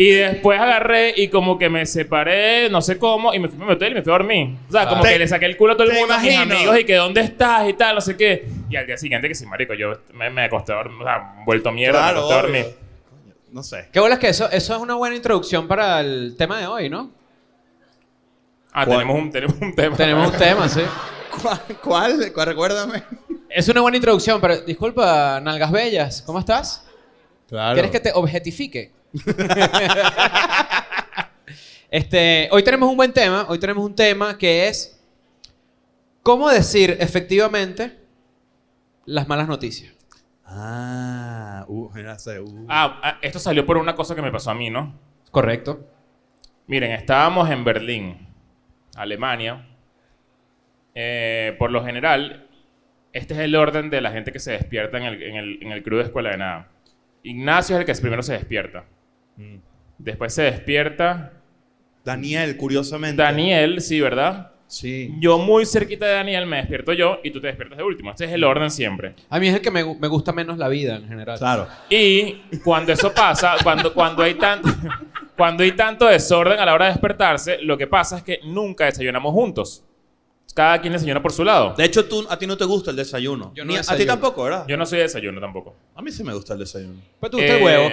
B: Y después agarré y como que me separé, no sé cómo, y me fui a mi hotel y me fui a dormir. O sea, como
C: Te-
B: que le saqué el culo a todo el
C: Ah. te
B: mundo, a mis
C: imagino.
B: amigos, y que dónde estás y tal, no sé qué. Y al día siguiente que sí, marico, yo me, me acosté a dormir, o sea, vuelto mierda, me acosté a dormir.
C: obvio. Coño, No sé.
D: Qué bueno es que eso, eso es una buena introducción para el tema de
C: *laughs*
D: hoy, ¿no?
B: Ah,
C: ¿Cuál?
B: tenemos un, tenemos *laughs* un tema.
D: Tenemos un tema, sí.
C: ¿Cuál? ¿Cuál? ¿Cuál? Recuérdame.
D: Es una buena introducción, pero disculpa, Nalgas Bellas, ¿cómo estás?
E: Claro.
D: ¿Quieres que te objetifique? *laughs* este, hoy tenemos un buen tema. Hoy tenemos un tema que es cómo decir efectivamente las malas noticias.
E: Ah, uh, mira, se, uh.
B: Ah, ah, esto salió por una cosa que me pasó a mí, ¿no?
D: Correcto.
B: Miren, estábamos en Berlín, Alemania. Eh, por lo general, este es el orden de la gente que se despierta en el, en el- en el crew de Escuela de Nada. Ignacio es el que primero se despierta. Después se despierta
C: Daniel, curiosamente.
B: Daniel, sí, ¿verdad?
C: Sí.
B: Yo muy cerquita de Daniel me despierto yo y tú te despiertas de último. Este es el orden siempre.
D: A mí es el que me, gu- me gusta menos la vida en general.
E: Claro.
B: Y cuando eso pasa, cuando, cuando, hay tanto, *laughs* cuando hay tanto desorden a la hora de despertarse, lo que pasa es que nunca desayunamos juntos. Cada quien desayuna por su lado.
C: De hecho, tú, a ti no te gusta el desayuno.
D: Yo no
C: Ni a- A ti
D: desayuno.
C: tampoco, ¿verdad?
B: Yo no soy de desayuno tampoco.
C: A mí sí me gusta el desayuno.
D: Pero Pues tú gusta el
B: Eh,
D: huevo.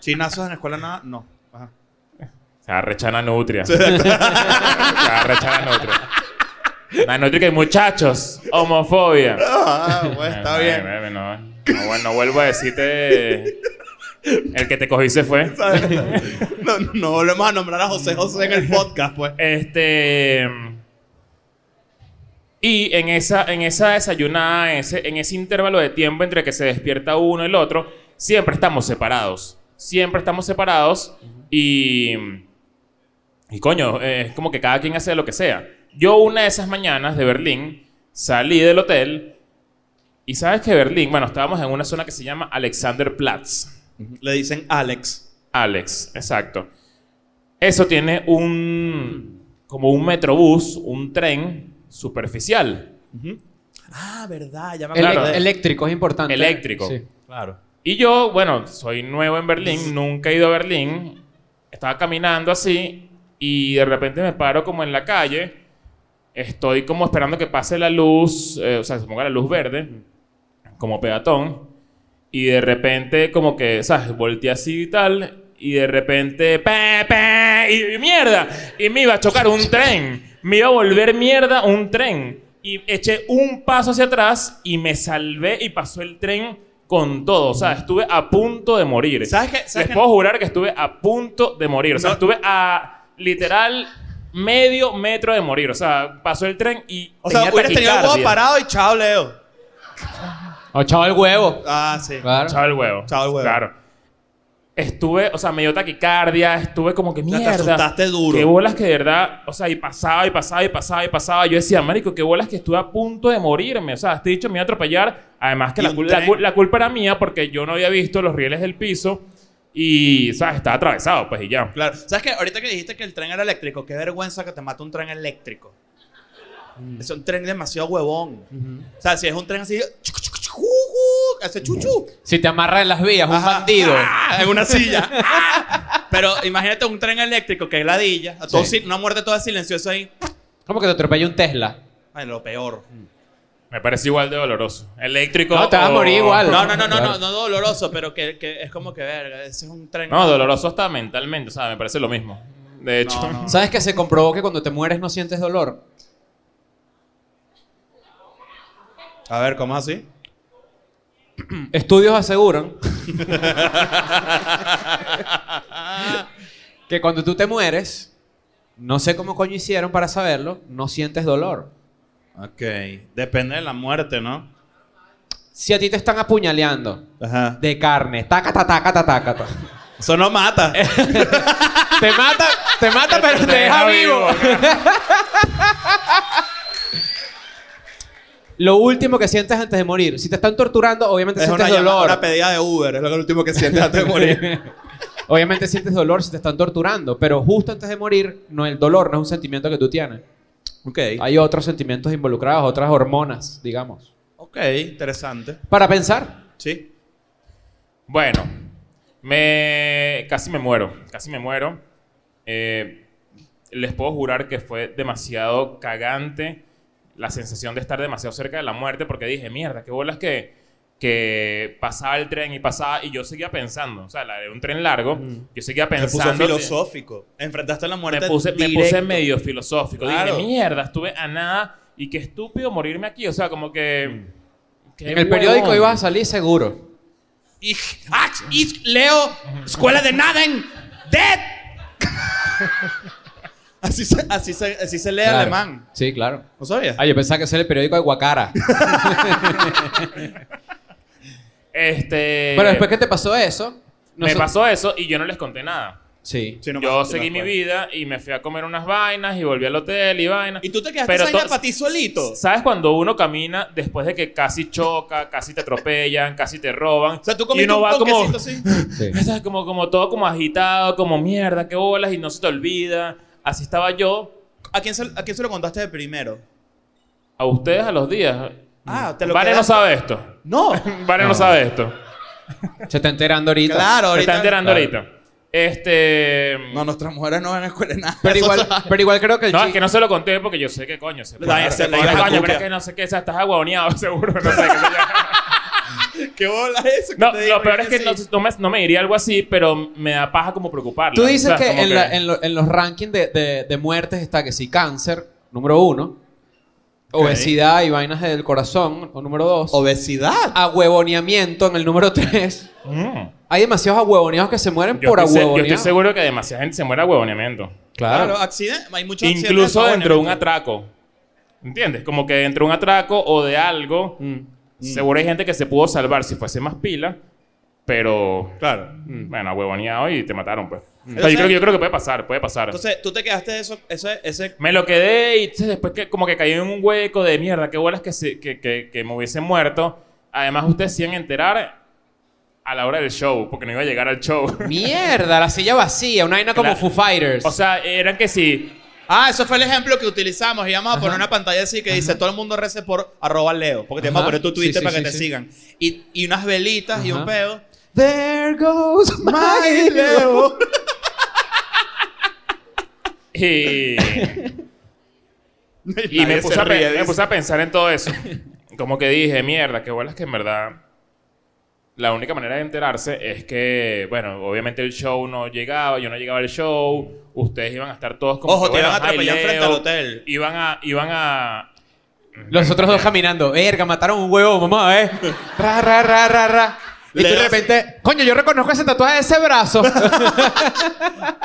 C: Chinazos en la escuela nada, no. Ajá.
B: *laughs* Se arrechana nutria. Se arrechana nutria. Nanotrica y muchachos, homofobia.
C: *laughs*
E: Ah, pues,
B: *laughs*
E: está
B: Ay,
E: bien.
B: baby, No, no, bueno, no vuelvo a decirte. El que te cogí se fue.
C: No, no volvemos a nombrar a José José en el podcast, pues.
B: Este. Y en esa, en esa desayunada, en ese, en ese intervalo de tiempo entre que se despierta uno y el otro, siempre estamos separados. Siempre estamos separados y. Y coño, eh, es como que cada quien hace lo que sea. Yo, una de esas mañanas de Berlín, salí del hotel y sabes que Berlín, bueno, estábamos en una zona que se llama Alexanderplatz.
C: Le dicen Alex.
B: Alex, exacto. Eso tiene un. como un metrobús, un tren superficial.
C: Ah, verdad, ya me
D: Ele-
B: Claro.
C: acordé.
D: e-, Eléctrico es importante.
B: Eléctrico.
D: Sí.
C: Claro.
B: Y yo, bueno, soy nuevo en Berlín, nunca he ido a Berlín. Estaba caminando así y de repente me paro como en la calle. Estoy como esperando que pase la luz, eh, o sea, se ponga la luz verde, como peatón. Y de repente, como que, ¿sabes? Volteé así y tal. Y de repente, ¡pe, pe! Y, y mierda. Y me iba a chocar un tren. Me iba a volver mierda un tren. Y eché un paso hacia atrás y me salvé y pasó el tren con todo. O sea, estuve a punto de morir.
C: ¿Sabes qué? ¿Sabes
B: Les
C: qué?
B: puedo jurar que estuve a punto de morir. O sea,
C: No.
B: estuve a literal medio metro de morir. O sea, pasó el tren y.
C: O sea,
B: tenía
C: hubieras tenido el huevo
B: taquicardia.
C: parado y chao, Leo.
D: O Oh, chao el huevo.
C: Ah, sí.
D: Claro.
B: Chao el huevo.
C: Chao el huevo.
B: Claro. Estuve, o sea, me dio taquicardia, estuve como que
C: sea, te
B: mierda.
C: asustaste duro.
B: Qué bolas que de verdad, o sea, y pasaba, y pasaba, y pasaba, y pasaba. Yo decía, marico, qué bolas que estuve a punto de morirme. O sea, este dicho me iba a atropellar. Además que
C: Y
B: la,
C: un
B: cul- la
C: tren.
B: cul- la culpa era mía porque yo no había visto los rieles del piso y, ¿sabes? Estaba atravesado, pues, y ya.
C: Claro. ¿Sabes qué? Ahorita que dijiste que el tren era eléctrico, qué vergüenza que te mate un tren eléctrico. Es un tren demasiado huevón. O sea, si es un tren así, chucu, chucu, chucu, uh, hace chuchu.
D: Si te amarra en las vías, un
C: Ajá.
D: bandido.
C: Ah, en una silla. Ah. Pero imagínate un tren eléctrico que es ladilla, a todo
D: Sí.
C: si- una muerte toda silenciosa ahí.
D: ¿Cómo que te atropella un Tesla?
C: Ay, lo peor.
B: Me parece igual de doloroso. Eléctrico.
D: No, te vas a
B: o-
D: morir igual.
C: No, no, no, no,
D: Claro.
C: no, no doloroso, pero que, que es como que verga, ese es un tren.
B: No, doloroso hasta mentalmente, o sea, me parece lo mismo. De hecho. *laughs*
C: No, no.
D: ¿Sabes que se comprobó que cuando te mueres no sientes dolor?
C: A ver, ¿cómo es así?
D: Estudios aseguran *laughs* que cuando tú te mueres, no sé cómo coño hicieron para saberlo, no sientes dolor.
C: Ok, depende de la muerte, ¿no?
D: Si a ti te están apuñaleando
C: Ajá.
D: de carne, taca, taca, taca, taca, taca.
C: Eso no mata.
D: Te mata, te mata, pero te deja vivo. Lo último que sientes antes de morir. Si te están torturando, obviamente
C: es una,
D: sientes
C: llamada,
D: dolor.
C: una pedida de Uber, es lo último que sientes antes
B: *laughs*
C: de morir.
D: *laughs* Obviamente sientes dolor si te están torturando, pero justo antes de morir, no el dolor no es un sentimiento que tú tienes.
C: ok.
D: Hay otros sentimientos involucrados, otras hormonas, digamos.
C: Ok, interesante.
D: Para pensar,
C: Sí.
B: Bueno, me casi me muero, casi me muero. Eh, les puedo jurar que fue demasiado cagante la sensación de estar demasiado cerca de la muerte porque dije, mierda, qué bolas que, que pasaba el tren y pasaba y yo seguía pensando, o sea, la de un tren largo, yo seguía
C: Me puso
B: pensando.
C: filosófico. Enfrentaste a la muerte
B: me puse, me
C: directo.
B: puse medio filosófico.
C: Claro.
B: Dije, mierda, estuve a nada y qué estúpido morirme aquí. O sea, como que... qué
D: Mm. en el periódico
B: huevón.
D: ibas a salir seguro.
C: Ich, ach, ich, ah, Leo, escuela de Naden, dead. *laughs* así, se, así, se, así se lee
D: Claro.
C: alemán.
D: Sí, claro.
C: ¿No sabías?
D: Ah, yo pensaba que ese era el periódico
B: *laughs*
D: de Guacara.
B: Este...
D: Pero después que te pasó eso...
B: me
D: noso-
B: pasó eso y yo no les conté nada.
D: Sí.
C: Sí, no me- no
B: yo
C: me
B: seguí mi
C: acuerdo.
B: vida y me fui a comer unas vainas y volví al hotel y vainas.
C: Y tú te quedaste
B: Pero
C: esa vaina
B: to-
C: para ti solito.
B: ¿Sabes cuando uno camina después de que casi choca, casi te atropellan, casi te roban?
C: O sea, tú
B: y
C: comiste
B: uno
C: un
B: va como, *laughs*
C: ponquecito así.
D: sí.
B: ¿sabes? como, como todo como agitado, como mierda, qué bolas y no se te olvida. Así estaba yo
C: ¿A quién, se, ¿A quién se lo contaste de primero?
B: a ustedes a los días.
C: Ah, te lo
B: Vale no
C: quedaste-
B: sabe esto.
C: No.
B: Vale no,
D: No.
B: sabe esto.
D: Se está enterando ahorita.
C: claro,
B: Se está
C: ahorita.
B: enterando
D: Claro.
B: ahorita. Este...
E: No, nuestras mujeres no van a escuela nada.
D: Pero
C: Eso
D: igual, pero igual creo que el
B: No, es
D: chi-
B: que no se lo conté porque yo sé que coño se
C: Le da- se le iba a
B: coño,
C: escuchar.
B: pero es que no sé qué, o sea, estás aguadoneado *laughs* seguro,
C: *laughs*
B: no sé qué. sé yo.
C: ¿Qué bola es eso? que
B: No,
C: te digo?
B: lo peor es que
C: sí.
B: no, no me, no me diría algo así, pero me da paja como preocuparla.
D: Tú dices
B: O sea,
D: que,
B: como
D: en, la- en lo- en los rankings de, de- de muertes está que sí, cáncer, número uno. Obesidad y vainas del corazón, o número dos.
C: Obesidad.
D: Ahuevoneamiento en el número tres.
B: Mm.
D: Hay demasiados ahuevoneados que se mueren
B: Yo
D: por
B: estoy se- Yo
D: ahuevoneado.
B: estoy seguro que demasiada gente se muere a huevoneamiento.
D: Claro.
C: accidente. Hay muchos accidentes
B: Incluso
C: de
B: dentro de un
C: huevoneo.
B: atraco. ¿Entiendes? Como que dentro de un atraco o de algo,
D: Mm.
B: seguro hay gente que se pudo salvar si fuese más pila, pero.
C: Claro.
B: Mm, Bueno, huevoneado y te mataron, pues. O sea,
C: Mm. Entonces-
B: yo, creo, yo creo que puede pasar, puede pasar.
C: Entonces, tú te quedaste eso, ese, ese
B: me lo quedé y entonces después que como que caí en un hueco de mierda, qué bolas que, se- que, que, que me hubiese muerto. Además, ustedes se iban a enterar a la hora del show, porque no iba a llegar al
C: *laughs*
B: show.
D: Mierda, la silla vacía, una vaina como
B: Claro.
D: Foo Fighters.
B: o sea, eran que sí.
C: Ah, eso fue el ejemplo que utilizamos. Íbamos a poner una pantalla así que dice: todo el mundo rece por arroba Leo. Porque te vamos a
D: Ajá.
C: poner tu
D: Sí,
C: Twitter
D: sí,
C: para
D: sí,
C: que te
D: sí.
C: sigan. Y, y unas velitas y un
D: Ajá.
C: pedo.
D: There *laughs* goes my
C: ¡Ay, Leo! *laughs*
E: *laughs*
B: Y, y me,
E: Nadie
B: puse
E: se
B: a, pe-
E: ríe,
B: me
E: dice.
B: puse a pensar en todo eso. Como que dije, mierda, qué bolas que en verdad la única manera de enterarse es que, bueno, obviamente el show no llegaba, yo no llegaba al show, ustedes iban a estar todos como
C: Ojo,
B: que,
C: te iban a
B: bueno, ay,
C: atropellar
B: Leo,
C: frente al hotel.
B: Iban a, iban a,
D: Los otros dos caminando. Verga, mataron un huevo, mamá, ¿eh? Ra, ra, ra, ra, ra. Y tú
C: Le
D: de
C: das-
D: repente, coño, yo reconozco ese tatuaje de
B: *laughs*
D: ese brazo.
C: Pero,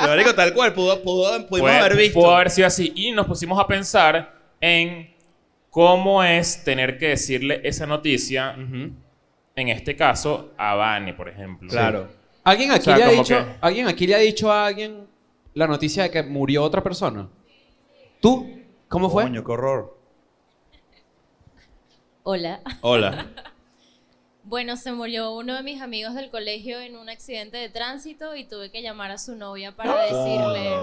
C: marico, tal cual. Pudo, pudo, pudimos
B: Puede-
C: haber visto.
B: pudo haber sido así. Y nos pusimos a pensar en cómo es tener que decirle esa noticia, en este caso, a Vane, por ejemplo.
C: Claro.
D: ¿Alguien aquí,
B: O sea,
D: le ha
B: como
D: dicho,
B: que-
D: ¿Alguien aquí le ha dicho a alguien la noticia de que murió otra persona? ¿Tú? ¿Cómo fue?
C: Coño, qué horror.
G: Hola. *laughs*
C: Hola.
G: Bueno, se murió uno de mis amigos del colegio en un accidente de tránsito y tuve que llamar a su novia para decirle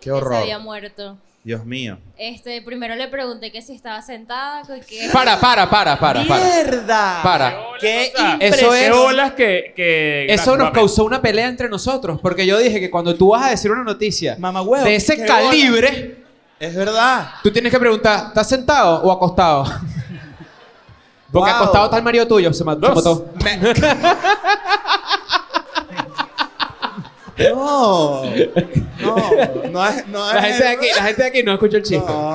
E: Qué
G: que se había muerto.
C: Dios mío.
G: Este, primero le pregunté que si estaba sentada, que- que
D: Para, para, para, para, para.
C: ¡Mierda!
D: Para.
C: ¡Qué
B: O sea,
D: Eso
B: qué
D: es-
B: bolas que, que-
D: Eso
B: Gracias,
D: nos
B: papi.
D: causó una pelea entre nosotros, porque yo dije que cuando tú vas a decir una noticia
C: Mamagüevo,
D: de
C: qué
D: ese
C: bola.
D: calibre,
C: Es verdad.
D: tú tienes que preguntar, ¿estás sentado
C: *laughs*
D: o acostado? Porque
C: Wow.
D: acostado está el marido tuyo, se mató. Se
B: Dos.
D: mató.
C: No. No. No es. No es
D: La gente de aquí, la gente de aquí no escucha el chiste.
C: No.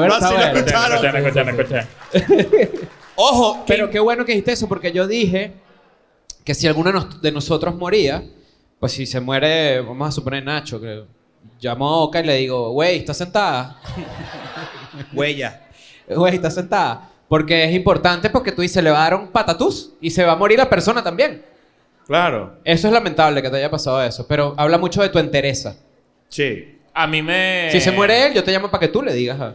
C: No,
D: pero
C: sí
D: está
C: lo
D: bueno.
C: escuché.
B: Escucharon, escucharon, escucharon, escucharon.
C: Ojo, que-
D: Pero qué bueno que dijiste eso, porque yo dije que si alguno nos- de nosotros moría, pues si se muere, vamos a suponer Nacho, que llamo a Oca y le digo, güey, ¿estás sentada?
C: Huella.
D: Güey, ¿estás sentada? Porque es importante porque tú dices, le va a dar un patatús y se va a morir la persona también.
C: Claro.
D: Eso es lamentable que te haya pasado eso, pero habla mucho de tu entereza.
C: Sí.
B: A mí me...
D: Si se muere él, yo te llamo para que tú le digas. ah.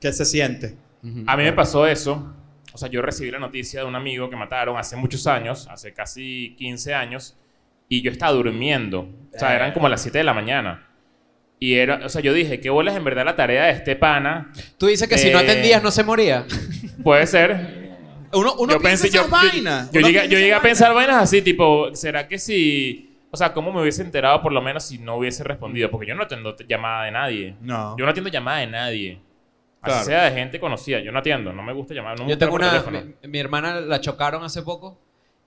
C: ¿Qué se siente?
B: A mí me pasó eso. O sea, yo recibí la noticia de un amigo que mataron hace muchos años, hace casi 15 años, y yo estaba durmiendo. O sea, eran como las 7 de la mañana. Y era, o sea, yo dije, ¿qué bolas en verdad la tarea de este pana?
D: Tú dices que si no
B: Eh.
D: atendías no se moría.
B: Puede ser.
C: Uno, uno
B: yo
C: piensa
B: pensé, yo,
C: esas vainas.
B: yo, yo
C: Uno
B: llegué,
C: piensa
B: yo llegué a
C: esas
B: pensar vainas así, tipo, ¿será que si... O sea, ¿cómo me hubiese enterado por lo menos si no hubiese respondido? Porque yo no atiendo t- llamada de nadie.
C: No.
B: Yo no atiendo llamada de nadie. Así
C: Claro.
B: sea de gente conocida. Yo no atiendo. No me gusta llamar. No me
D: Yo
B: gusta
D: tengo
B: por
D: una.
B: teléfono.
D: Mi, mi hermana la chocaron hace poco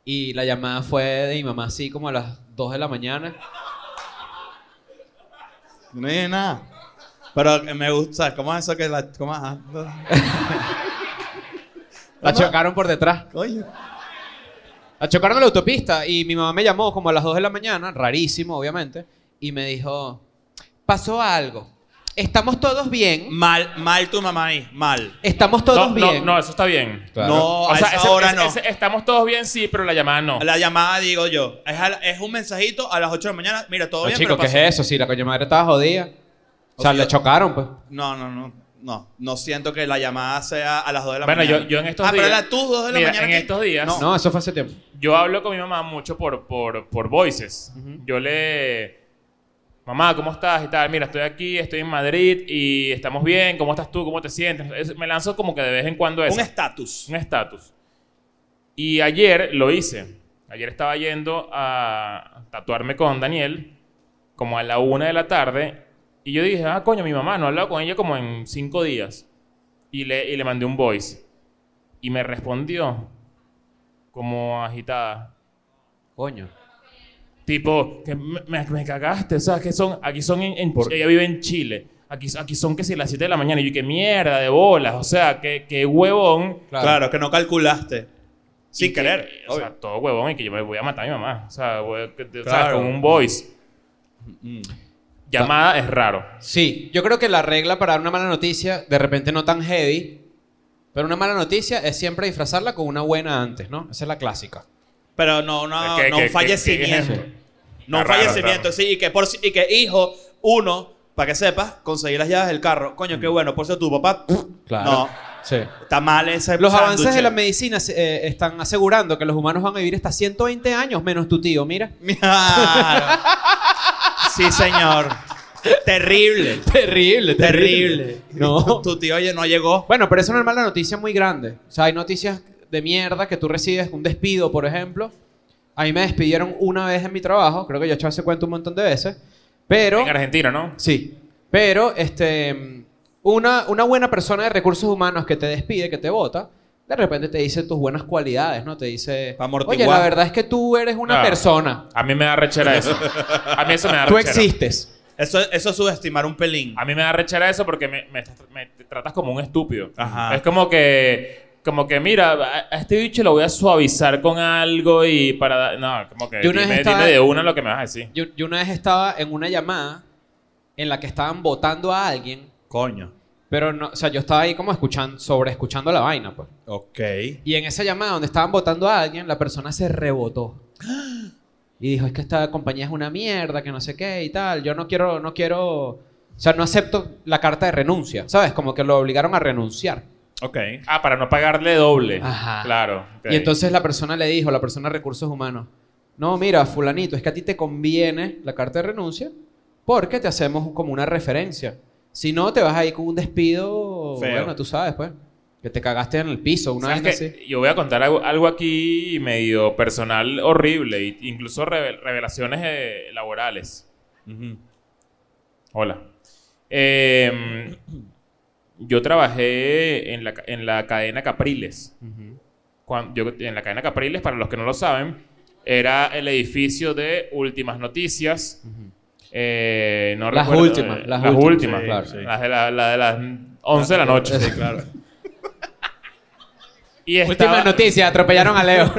D: y la llamada fue de mi mamá así como a las 2 de la mañana.
C: vainas. No dije nada. Pero eh, me gusta. ¿Cómo es eso que la. ¿Cómo es? Ah, no.
D: La
C: Mamá.
D: chocaron por detrás.
C: Coño.
D: La chocaron en la autopista y mi mamá me llamó como a las 2 de la mañana, rarísimo, obviamente, y me dijo: Pasó algo. Estamos todos bien.
C: Mal, mal tu mamá ahí. Mal.
D: Estamos todos
B: no,
D: bien.
B: No, no, eso está bien.
D: Claro.
C: No, a esa hora no.
B: estamos todos bien, sí, pero la llamada no.
C: La llamada, digo yo. Es, a la- es un mensajito a las 8 de la mañana. Mira, todo
D: No,
C: bien,
D: Ah, chico,
C: pero
D: ¿qué es
C: pasó.
D: eso? Sí, la coña madre estaba jodida. O sea,
C: O sea,
D: le chocaron, pues.
C: No, no, no. No, no siento que la llamada sea a las 2 de la
B: bueno,
C: mañana.
B: yo, yo en estos
C: ah,
B: días.
C: pero era tus 2 de la
B: Mira,
C: mañana.
B: En
C: aquí.
B: estos días,
D: No, eso fue hace tiempo.
B: yo hablo con mi mamá mucho por, por, por voices. Yo le. Mamá, ¿cómo estás? Y tal, mira, estoy aquí, estoy en Madrid y estamos bien. ¿Cómo estás tú? ¿Cómo te sientes? Es- me lanzo como que de vez en cuando eso.
C: Un estatus.
B: un estatus. Y ayer lo hice. Ayer estaba yendo a tatuarme con Daniel, como a la una de la tarde, y yo dije, ah, coño, mi mamá, no he hablado con ella como en cinco días. Y le, y le mandé un voice. Y me respondió, como agitada,
D: Coño.
B: tipo, que me, me- me cagaste, o sea, que son, aquí son, en, en- ella vive en Chile. Aquí, aquí son que si las 7 de la mañana. Y yo, qué mierda de bolas. O sea, qué, qué huevón.
C: Claro. que no calculaste. Sin
B: Y que-
C: querer.
B: o sea,
C: obvio.
B: todo huevón y que yo me voy a matar a mi mamá. O sea, voy- que- o sea,
C: Claro.
B: con un voice. Llamada es raro.
D: Sí, yo creo que la regla para dar una mala noticia, de repente no tan heavy, pero una mala noticia es siempre disfrazarla con una buena antes, ¿no? Esa es la clásica.
C: Pero no, Ah, no,
B: ¿Qué-
C: no
B: qué-
C: un
B: qué-
C: fallecimiento.
B: qué- qué-
C: no un
B: Está raro,
C: fallecimiento,
B: está
C: sí. Y que, por, si- y que hijo, uno, para que sepas, conseguir las llaves del carro. Coño,
B: Mm.
C: qué bueno. Por ser tu papá. No,
D: Sí.
C: está mal ese
D: Los avances
C: sándwich.
D: de la medicina eh, están asegurando que los humanos van a vivir hasta 120 años menos tu tío, mira.
C: Claro. Sí, señor. Terrible.
D: Terrible,
C: Terrible.
D: *laughs* No.
C: Tu, tu tío oye, no llegó.
D: Bueno, pero eso no es una mala noticia muy grande. O sea, hay noticias de mierda que tú recibes, un despido, por ejemplo. A mí me despidieron una vez en mi trabajo, creo que yo he hecho ese cuento un montón de veces, pero...
B: En Argentina, ¿no?
D: Sí. Pero, este, una, una buena persona de recursos humanos que te despide, que te vota, de repente te dice tus buenas cualidades, ¿no? Te dice,
C: Pa' amortiguar.
D: oye, la verdad es que tú eres una
B: Claro.
D: persona.
B: A mí me da rechera eso. A mí eso me da
D: Tú
B: rechera.
D: existes.
C: Eso, eso es subestimar un pelín.
B: A mí me da rechera eso porque me, me estás- me te tratas como un estúpido.
C: Ajá.
B: Es como que, como que mira, a, a este bicho lo voy a suavizar con algo y para... dar- No, como que
D: Yo una vez
B: dime,
D: estaba-
B: dime de una lo que me vas a decir.
D: Yo, yo una vez estaba en una llamada en la que estaban votando a alguien,
C: Coño.
D: pero no, o sea, yo estaba ahí como escuchando, sobre escuchando la vaina, pues.
C: Ok.
D: Y en esa llamada donde estaban votando a alguien, la persona se rebotó. *gasps* Y dijo, es que esta compañía es una mierda, que no sé qué y tal. Yo no quiero, no quiero... O sea, no acepto la carta de renuncia, ¿sabes? Como que lo obligaron a renunciar.
C: Ok.
B: Ah, para no pagarle doble.
D: Ajá.
B: Claro. ok.
D: Y entonces la persona le dijo, la persona de recursos humanos, no, mira, fulanito, es que a ti te conviene la carta de renuncia porque te hacemos como una referencia. Si no, te vas ahí con un despido,
C: Feo.
D: bueno, tú sabes, pues, que te cagaste en el piso una
B: ¿Sabes
D: vez
B: qué?
D: así.
B: Yo voy a contar algo, algo aquí medio personal horrible, y- incluso revel- revelaciones eh, laborales. Hola. Eh, yo trabajé en la, ca- en la cadena Capriles. Cuan- yo, en la cadena Capriles, para los que no lo saben, era el edificio de Últimas Noticias. Eh, no
D: Las
B: recuerdo-
D: últimas,
B: eh,
D: las
B: las
D: últimas,
B: últimas,
D: sí,
B: claro.
D: sí.
B: Las de, la- la de las 11 de la noche.
D: Sí,
B: claro. Y
D: Última
B: estaba-
D: noticia, atropellaron
B: *laughs*
D: a Leo.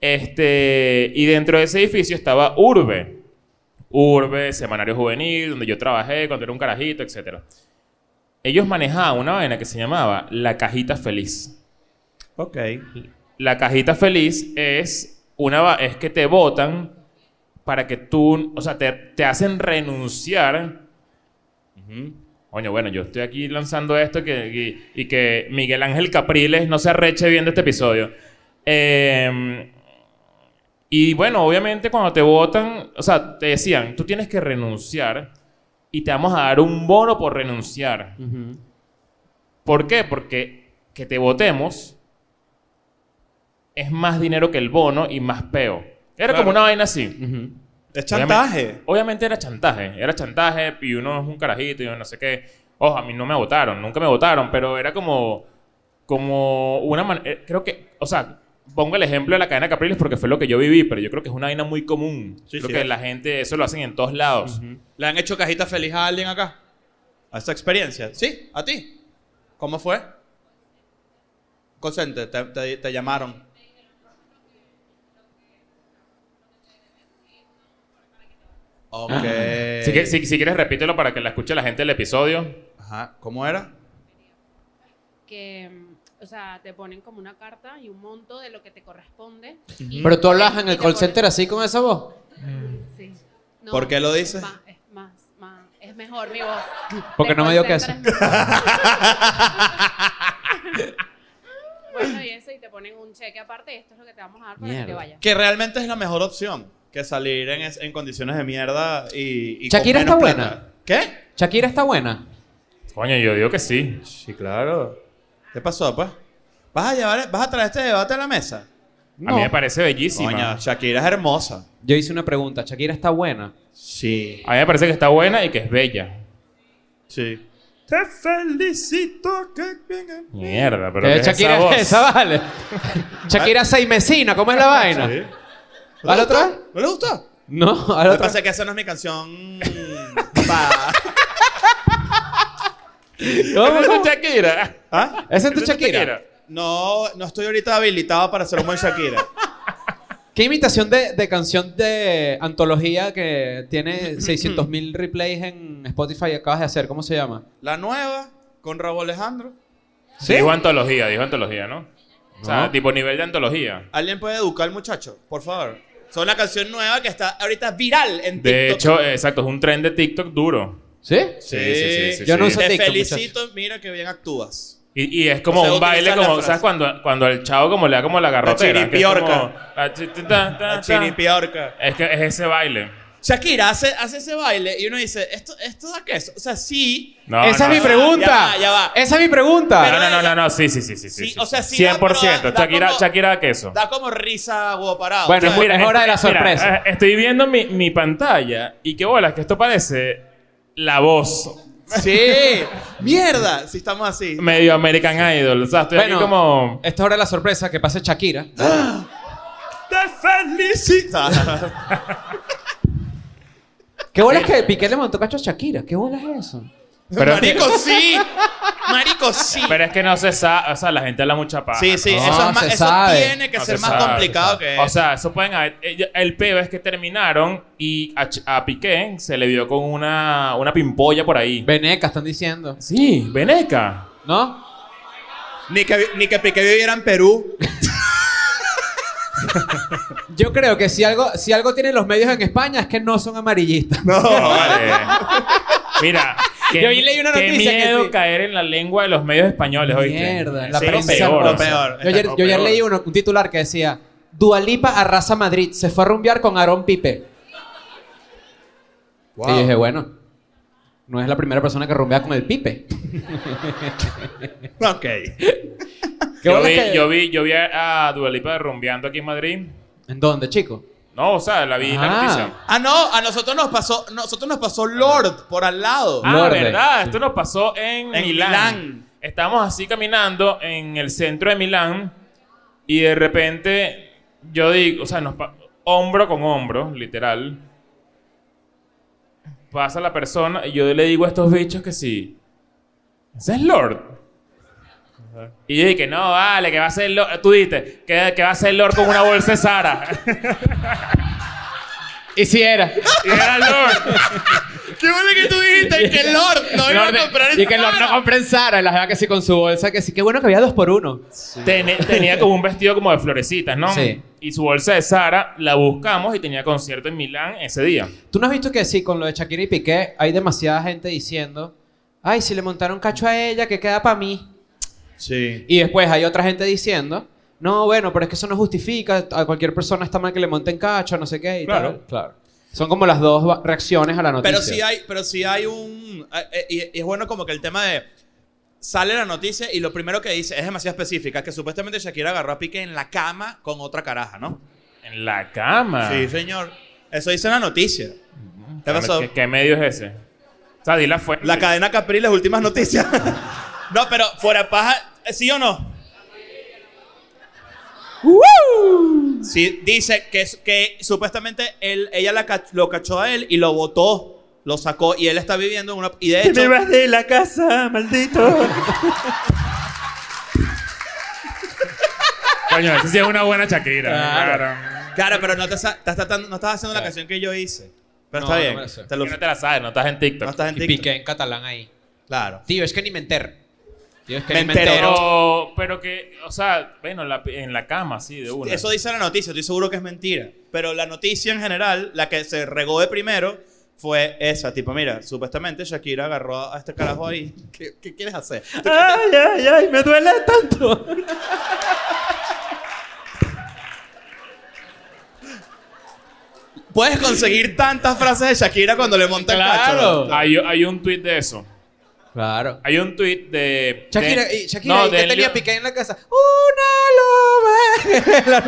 B: Este, y dentro de ese edificio estaba Urbe. Urbe, Semanario Juvenil, donde yo trabajé cuando era un carajito, etc. Ellos manejaban una vaina que se llamaba La Cajita Feliz.
C: Ok.
B: La Cajita Feliz es, una, va- es que te votan para que tú, o sea, te, te hacen renunciar. Coño, bueno, yo estoy aquí lanzando esto que, y, y que Miguel Ángel Capriles no se arreche viendo este episodio. Eh, y bueno, obviamente cuando te votan, o sea, te decían, tú tienes que renunciar y te vamos a dar un bono por renunciar. ¿Por qué? Porque que te votemos es más dinero que el bono y más peo. Era como una vaina así.
C: Es chantaje.
B: Obviamente, obviamente era chantaje. Era chantaje y uno es un carajito y uno no sé qué. Ojo, a mí no me votaron, nunca me votaron, pero era como, como una manera... Creo que, o sea, pongo el ejemplo de la cadena Capriles porque fue lo que yo viví, pero yo creo que es una vaina muy común.
C: Sí,
B: creo
C: sí.
B: que la gente, eso lo hacen en todos lados.
C: ¿Le han hecho cajita feliz a alguien acá? ¿A esta experiencia? Sí, a ti. ¿Cómo fue? Consente, te, te- te llamaron. Ok.
B: Así
C: Eh.
B: que, si, si quieres, repítelo para que la escuche la gente el episodio.
C: Ajá,
B: *laughs*
C: ¿Cómo era?
H: que, mm, o sea, te ponen como una carta y un monto de lo que te corresponde. y-
D: Pero tú hablas en
H: y
D: el
H: te
D: call
H: ponen-
D: center así con esa voz.
H: Sí. No,
C: ¿Por qué lo
H: es
C: dices?
H: más- Es más, más- es mejor mi voz.
D: *laughs* Porque
H: El
D: no me
H: call
D: dio
H: center *laughs*
D: queso.
H: es mejor. bueno, y eso, y te ponen un cheque aparte, y esto es lo que te vamos a dar para que
D: Mierda.
H: te vayas.
C: Que realmente es la mejor opción que salir en, es- en condiciones de mierda y. y con
D: Shakira
C: menos
D: está
C: plata.
D: buena.
C: ¿Qué?
D: Shakira está buena.
B: Coño, yo digo que sí.
C: Sí, claro. ¿Qué pasó, pues? ¿Vas a, llevar, ¿Vas a traer este debate a la mesa?
B: A
D: No.
B: mí me parece bellísima.
C: Coño, Shakira es hermosa.
D: Yo hice una pregunta. Shakira está buena.
C: Sí.
B: A mí me parece que está buena y que es bella.
C: Sí. Te felicito que bien.
B: Mierda, pero
D: ¿Qué
B: ¿qué es esa voz? Ah.
D: Shakira *laughs* es esa,
B: *laughs*
D: vale. Shakira seimesina, ¿cómo es la vaina? ¿A la otra?
C: ¿No le gustó?
D: No, a
C: Lo
D: la
C: que
D: otra.
C: *laughs* pasa es que esa no es mi canción.
D: ¿Cómo,
B: ¿Ese
D: cómo?
B: es Shakira?
C: ¿Ah?
D: ¿Ese es tu
B: ¿Ese
D: Shakira?
C: No, no estoy ahorita habilitado para ser un buen Shakira.
D: ¿Qué imitación de, de canción de antología que tiene 600.000 replays en Spotify acabas de hacer? ¿Cómo se llama?
C: La nueva, con Raúl Alejandro.
D: ¿Sí?
B: Dijo antología, dijo antología, ¿no? O sea,
D: No.
B: tipo nivel de antología.
C: ¿Alguien puede educar al muchacho? Por favor. Son la canción nueva que está ahorita viral en TikTok.
B: De hecho, exacto, es un tren de TikTok duro.
D: ¿Sí?
C: sí,
B: sí, sí, sí,
D: Yo no
B: sí.
D: uso
C: Te
D: TikTok,
C: felicito, mira que bien actúas.
B: Y, y es como
C: O sea,
B: un baile,
C: utilizas la
B: como,
C: frase.
B: ¿sabes? Cuando, cuando el chavo como le da como la garrotera. que es
C: chiripiorca.
B: como- la chi- ta- ta- ta-
C: La chiripiorca.
B: Es que es ese baile.
C: Shakira hace, hace ese baile y uno dice, ¿esto, esto da queso? O sea, sí.
B: No,
D: Esa
B: no,
D: es mi
B: no.
D: pregunta.
C: Ya va, ya va.
D: Esa es mi pregunta.
B: No, no, no, no, no, sí, sí, sí, sí.
C: Sí,
B: sí,
C: o sea, sí da,
B: 100%.
C: pero da- da
B: Shakira,
C: como-
B: Shakira da queso.
C: Da como risa huevo parado.
D: Bueno,
C: ¿sabes?
D: es muy- hora de la
B: mira,
D: sorpresa.
B: eh, estoy viendo mi, mi pantalla y qué bolas, que esto parece la voz
C: Sí. Mierda, si estamos así.
B: medio American Idol. O sea, estoy
D: Bueno,
B: aquí como...
D: esta hora es la sorpresa que pase Shakira.
C: Te
B: *laughs*
C: felicita.
D: ¿Qué bola es que Piqué le montó cacho a Shakira? ¿Qué bola es eso?
B: Pero-
C: Marico, sí. Marico, sí.
B: Pero es que no se sabe, o sea, la gente habla mucha paja.
C: Sí, sí,
D: No,
C: eso, es más-
D: se
C: eso
D: sabe.
C: tiene que
B: No
C: ser
B: se
C: más
B: sabe,
C: complicado
B: se sabe.
C: que
B: O sea, eso pueden haber- eh, El peo es que terminaron y a, Ch- a Piqué se le vio con una, una pimpolla por ahí.
D: Veneca, están diciendo.
B: Sí, Veneca.
D: ¿No?
C: ni que ni que Piqué viviera en Perú.
D: Yo creo que si algo, si algo tienen los medios en España es que no son amarillistas.
B: No, vale. *laughs* Mira. Que,
D: Oh, Yo ahí leí una
B: qué
D: noticia que
B: miedo
D: sí.
B: caer en la lengua de los medios españoles, ¿oíste?
D: Mierda, la
B: Eso es lo
D: prensa
B: peor,
D: rosa.
B: o sea.
C: peor.
D: Yo ayer,
B: Está
D: yo ayer
B: peor.
D: leí uno- un titular que decía Dualipa arrasa Madrid, se fue a rumbear con Aarón Pipe. Y dije, bueno, no es la primera persona que rumbea con el Pipe.
C: *laughs*
B: *laughs*
C: Ok.
D: ¿Qué
B: Yo
D: bola
B: vi,
D: es que-
B: yo vi, yo vi a a Dua Lipa rumbeando aquí en Madrid.
D: ¿En dónde, chico?
B: No, o sea, la vi en la
D: Ah.
B: noticia.
C: Ah, no, a nosotros nos pasó, nosotros nos pasó Lord por al lado.
B: Ah,
D: Lorde.
B: verdad, esto nos pasó en,
C: En
B: Milán.
C: Milán.
B: Estábamos así caminando en el centro de Milán y de repente yo digo, o sea, nos pa- hombro con hombro, literal. Pasa la persona y yo le digo a estos bichos que sí. Ese es Lord. Y yo dije, no, vale, que va a ser Lord. Tú dijiste, que, que va a ser Lord con una bolsa de Sara. *laughs*
D: Y
C: *laughs*
D: si era.
B: y era Lord.
C: ¿Qué bueno que tú dijiste que Lord no iba a comprar
D: y que no compren Sara, la verdad que sí con su bolsa, que sí, qué bueno que había dos por uno.
B: Tene- tenía como un vestido como de florecitas, ¿no?
D: Sí.
B: Y su bolsa de Sara la buscamos y tenía concierto en Milán ese día.
D: ¿Tú no has visto que sí, con lo de Shakira y Piqué, hay demasiada gente diciendo, ay, si le montaron cacho a ella, que queda para mí?
C: Sí.
D: Y después hay otra gente diciendo, no, bueno, pero es que eso no justifica, a cualquier persona está mal que le monten cacho, no sé qué. Y
B: Claro.
D: tal. claro. Son como las dos va- reacciones a la noticia.
C: Pero sí hay, pero sí hay un eh, eh, y, y es bueno como que el tema de sale la noticia y lo primero que dice es demasiado específica, que supuestamente Shakira agarró a Piqué en la cama con otra caraja, ¿no?
B: En la cama.
C: Sí, señor. Eso dice en la noticia. ¿Qué
B: ¿Qué,
C: pasó?
B: ¿Qué, qué medio es ese? O sea, di la fuente.
C: La cadena Capri, las últimas noticias. no, pero fuera paja, ¿sí o no? Sí, dice que, que supuestamente él, ella la cach- lo cachó a él y lo botó, lo sacó y él está viviendo en una... Y de hecho,
B: de la casa, maldito. Coño, esa sí es una buena Shakira.
D: Claro.
B: Claro.
C: Claro, pero no, te sa- estás, tratando- no estás haciendo la canción que yo hice. Pero
D: No,
C: está
D: no
C: bien.
D: me la sé.
C: te lo-
B: Que No te la sabes, no estás en TikTok.
C: no estás en
D: Y
C: TikTok.
D: Piqué en catalán ahí.
C: Claro.
D: Tío, es que ni me entero. Tío, es que
C: Me
D: ni me
C: entero.
D: entero.
B: pero, pero que, o sea, bueno, la- en la cama, sí, de una.
C: Eso dice la noticia, estoy seguro que es mentira. Pero la noticia en general, la que se regó de primero, fue esa. Tipo, mira, supuestamente Shakira agarró a este carajo ahí. ¿Qué, qué quieres hacer?
D: Ay, ay, ay, me duele tanto.
C: Puedes conseguir tantas frases de Shakira cuando le monta el cacho.
D: Claro.
B: hay, hay un tweet de eso.
D: Claro.
B: Hay un tweet de.
D: Shakira,
B: de-
D: y Shakira,
B: no,
D: ¿y qué
B: de
D: tenía
B: Leo-
D: Piqué en la casa? ¡Una loba!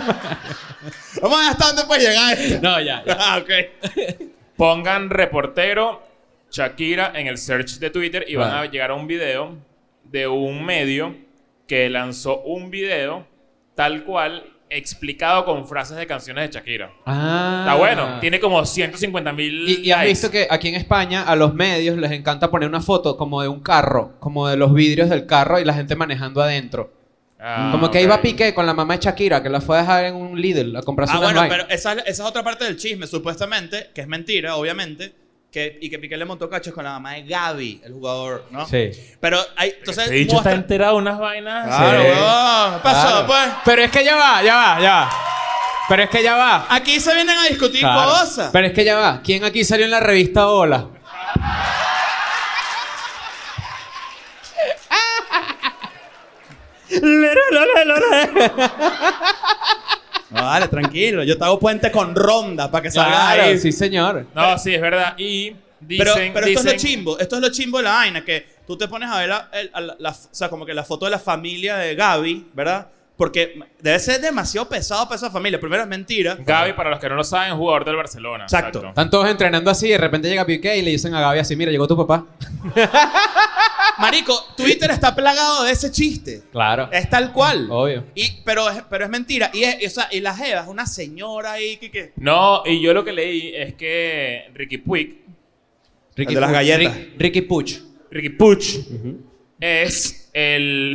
C: Vamos a ver hasta dónde puede llegar esto.
D: no, ya, ya.
C: *laughs* Ah, ok.
B: Pongan reportero Shakira en el search de Twitter y van
D: Vale.
B: a llegar a un video de un medio que lanzó un video tal cual explicado con frases de canciones de Shakira.
D: *laughs* Ah.
B: Está bueno, tiene como 150 mil
D: Y, y has visto que aquí en España a los medios les encanta poner una foto como de un carro, como de los vidrios del carro y la gente manejando adentro.
B: Ah,
C: Ah,
D: como que ahí va Piqué con la mamá de Shakira, que la fue a dejar en un Lidl a comprarse
C: Ah,
D: una
C: bueno,
D: vaina.
C: pero esa, es- esa es otra parte del chisme, supuestamente, que es mentira, obviamente, que, y que Piqué le montó cachos con la mamá de Gaby, el jugador, ¿no?
F: Sí.
C: Pero hay, entonces.
B: Te he Este dicho, está
C: muestra-
B: enterado de unas vainas.
C: Claro,
F: Sí.
C: weón. ¿Qué pasó,
D: Claro.
C: pues?
D: Pero es que ya va, ya va, ya va. Pero es que ya va.
C: Aquí se vienen a discutir
F: Claro.
C: cosas.
D: Pero es que ya va. ¿Quién aquí salió en la revista Hola?
C: No, Vale, tranquilo. Yo te hago puente con ronda para que salgas
D: Claro,
C: ahí.
D: sí señor.
B: No, sí, es verdad. Y dicen.
C: Pero, pero esto es lo
B: dicen-
C: chimbo, esto es lo chimbo de la vaina, que tú te pones a ver la, el- a la- la- o sea, como que la foto de la familia de Gaby, ¿verdad? Porque debe ser demasiado pesado para esa familia. Primero es mentira.
B: Gaby, para los que no lo saben, jugador del Barcelona.
C: Exacto.
D: Están todos entrenando así y de repente llega Piqué y le dicen a Gaby así, mira, llegó tu papá.
C: Marico, Twitter está plagado de ese chiste.
D: Claro.
C: Es tal cual.
D: Obvio.
C: Y, pero, es, pero es mentira. Y, es, y, o sea, y la jeva es una señora ahí que... que-
B: No, y yo lo que leí es que Ricky Puig,
D: Ricky
C: de las
D: Puch,
C: galletas.
D: Rick- Ricky Puch.
B: Ricky Puig, es el.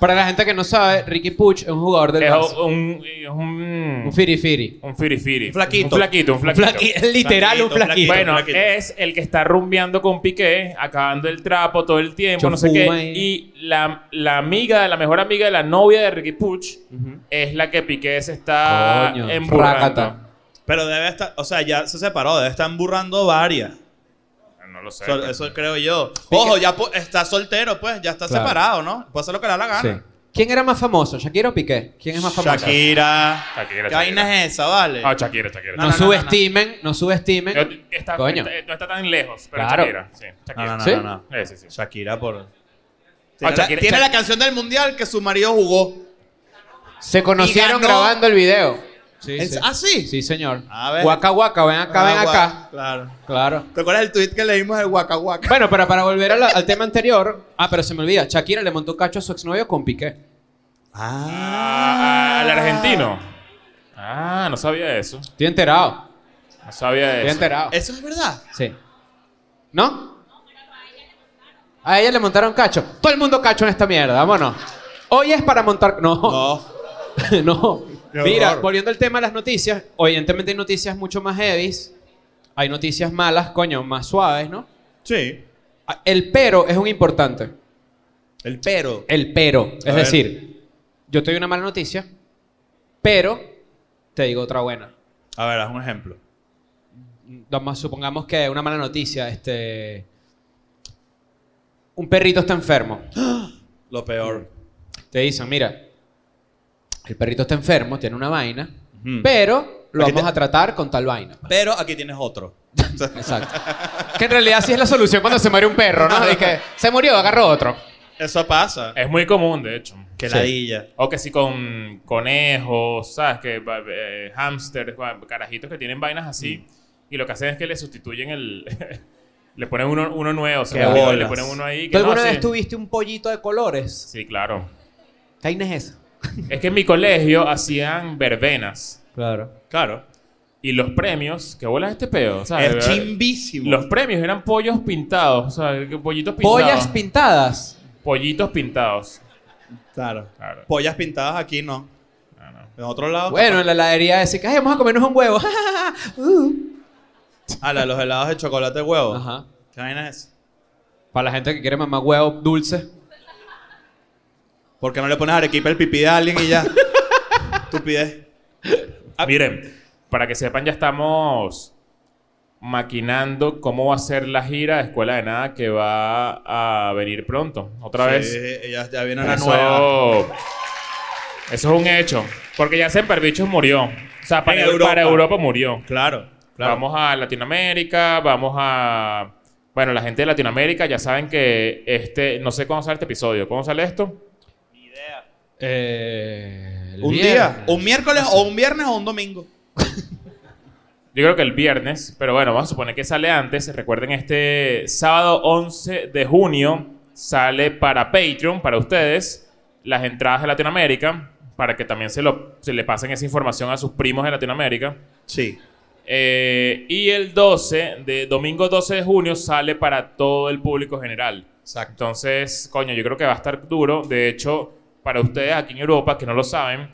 D: Para la gente que no sabe, Ricky Puch es un jugador del
B: es
D: Barça.
B: un. es un
D: Un firifiri.
B: un firifiri.
C: Flaquito.
B: Un flaquito, un flaquito.
D: *laughs* Literal, un flaquito.
B: Bueno,
C: flaquito.
B: es el que está rumbeando con Piqué, acabando el trapo todo el tiempo, no sé
D: Chofuma
B: qué.
D: ahí.
B: Y la, la amiga, la mejor amiga de la novia de Ricky Puch es la que Piqué se está
D: Coño,
B: emburrando.
D: rácata.
C: Pero debe estar... O sea, ya se separó. Debe estar emburrando varias.
B: No lo sé.
C: Eso, eso creo yo. Ojo, ya po- está soltero, pues. Ya está
D: Claro.
C: separado, ¿no? Puede hacer lo que le da la
D: Sí.
C: gana.
D: ¿Quién era más famoso, Shakira o Piqué? ¿Quién es más famoso?
C: Shakira.
B: Shakira,
C: ¿Qué vaina es esa, vale?
B: Ah, Shakira, Shakira.
D: No,
C: No, no, no,
D: subestimen, no, subestimen.
B: Yo- está-
D: Coño.
B: está- no está tan lejos, pero
D: Claro.
B: Shakira. Sí, Shakira.
D: no, ¿Sí?
B: Eh, sí, sí.
C: Shakira por...
B: Ah,
C: Tiene, la,
B: Shakira-
C: tiene
B: Shak-
C: la canción del mundial que su marido jugó.
D: Se
C: Y
D: conocieron
C: ganó.
D: grabando el video. Sí,
C: ¿En-
D: sí.
C: ¿Ah, sí?
D: Sí, señor.
C: A ver.
D: Guaca, guaca, ven acá, ven
C: Ah,
D: acá.
C: gua- Claro.
D: Claro.
C: ¿Te acuerdas del tweet que leímos de Waka Waka?
D: Bueno, pero para volver a la- al tema anterior. Ah, pero se me olvida. Shakira le montó cacho a su exnovio con Piqué.
B: Ah, al argentino. Ah, no sabía eso.
D: Estoy enterado.
B: No sabía
D: Estoy
B: eso.
D: enterado.
C: Eso es verdad.
D: Sí. ¿No? A ella le montaron cacho. Todo el mundo cacho en esta mierda, vámonos. Hoy es para montar. No,
C: No.
D: *laughs* no.
C: Qué
D: Mira,
C: horror.
D: volviendo al tema de las noticias, evidentemente hay noticias mucho más heavies. Hay noticias malas, coño, más suaves, ¿no?
C: Sí.
D: Ah, El pero es un importante.
C: El pero.
D: El pero. Es
C: ver.
D: decir, yo te doy una mala noticia, pero te digo otra buena.
C: A ver, haz un ejemplo.
D: Vamos, supongamos que una mala noticia, este. Un perrito está enfermo.
C: Lo peor.
D: Mm. Te dicen, mira, el perrito está enfermo, tiene una vaina,
C: Ujú.
D: pero lo
C: Aquí
D: vamos
C: te-
D: a tratar con tal vaina.
C: Pero aquí tienes otro.
D: Exacto. que en realidad sí es la solución cuando se muere un perro, ¿no? Y que se murió, agarró otro.
C: Eso pasa.
B: Es muy común, de hecho.
C: Que
D: Eh, Sí.
C: ladilla.
B: O que sí con conejos, ¿sabes? Que va- eh, hamsters, va- carajitos que tienen vainas
D: Mm.
B: así. Y lo que hacen es que le sustituyen el... *laughs* le ponen uno, uno nuevo. o sea,
C: Qué
B: le- Le
C: bolas.
B: ponen uno ahí.
D: ¿Tú
B: Que no,
D: alguna
B: sí.
D: vez tuviste un pollito de colores?
B: Sí, claro.
D: ¿Qué vaina es esa?
B: Es que en mi colegio hacían verbenas.
D: Claro.
B: Claro. Y los premios... ¿Qué bolas este pedo? ¿sabes?
C: Es chimbísimo.
B: Los premios eran pollos pintados. O sea, que pollitos pintados.
D: Pollas pintadas.
B: Pollitos pintados.
C: Claro.
B: Claro.
C: Pollas pintadas aquí no.
B: Ah, no.
C: En otro lado.
D: Bueno, en la heladería decir que "Ay, vamos a comernos un huevo. *laughs* Uh.
C: Ah, la de los helados de chocolate huevo.
D: Ajá.
C: ¿Qué vaina es? esa?
D: Para la gente que quiere mamar huevo dulce.
C: ¿Por qué no le pones a Arequipa el pipí de alguien y
D: *laughs*
C: ya? Estupidez.
B: Ah, Miren, para que sepan, ya estamos maquinando cómo va a ser la gira de Escuela de Nada que va a venir pronto. Otra
C: Sí,
B: vez.
C: ella ya viene una nueva.
B: Eso, eso es un hecho. Porque ya Semper Bichos murió. O sea, para,
C: En Europa.
B: para Europa murió.
C: Claro, claro.
B: Vamos a Latinoamérica, vamos a... Bueno, la gente de Latinoamérica ya saben que este... No sé cuándo sale este episodio. ¿Cuándo sale esto?
D: Eh, el
C: Un día.
D: viernes.
C: Un miércoles o un viernes o un domingo.
B: Yo creo que el viernes, pero bueno, vamos a suponer que sale antes. Recuerden, este sábado 11 de junio sale para Patreon, para ustedes, las entradas de Latinoamérica. para que también se, lo, se le pasen esa información a sus primos de Latinoamérica.
C: Sí.
B: Eh, y el 12, de domingo 12 de junio, sale para todo el público general.
C: Exacto.
B: Entonces, coño, yo creo que va a estar duro. De hecho, para ustedes aquí en Europa, que no lo saben,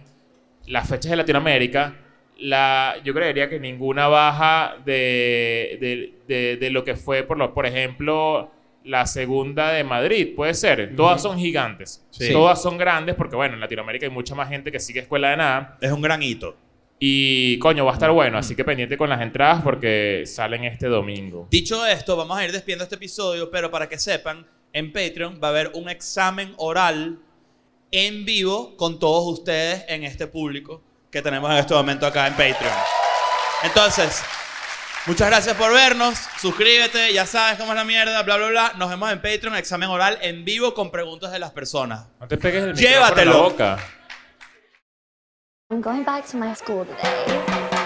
B: las fechas de Latinoamérica, la, yo creería que ninguna baja de, de, de- de lo que fue, por, lo, por ejemplo, la segunda de Madrid, puede ser. Todas son gigantes.
C: Sí.
B: Todas son grandes porque, bueno, en Latinoamérica hay mucha más gente que sigue escuela de nada.
C: Es un gran hito.
B: Y coño, va a estar bueno, así que pendiente con las entradas porque salen este domingo.
C: Dicho esto, vamos a ir despidiendo este episodio, pero para que sepan, en Patreon va a haber un examen oral en vivo con todos ustedes en este público que tenemos en este momento acá en Patreon. Entonces, muchas gracias por vernos. Suscríbete, ya sabes cómo es la mierda, bla, bla, bla. Nos vemos en Patreon, examen oral en vivo con preguntas de las personas.
B: No te pegues el micrófono en la
C: Llévatelo.
B: boca.
A: I'm going back to my school today.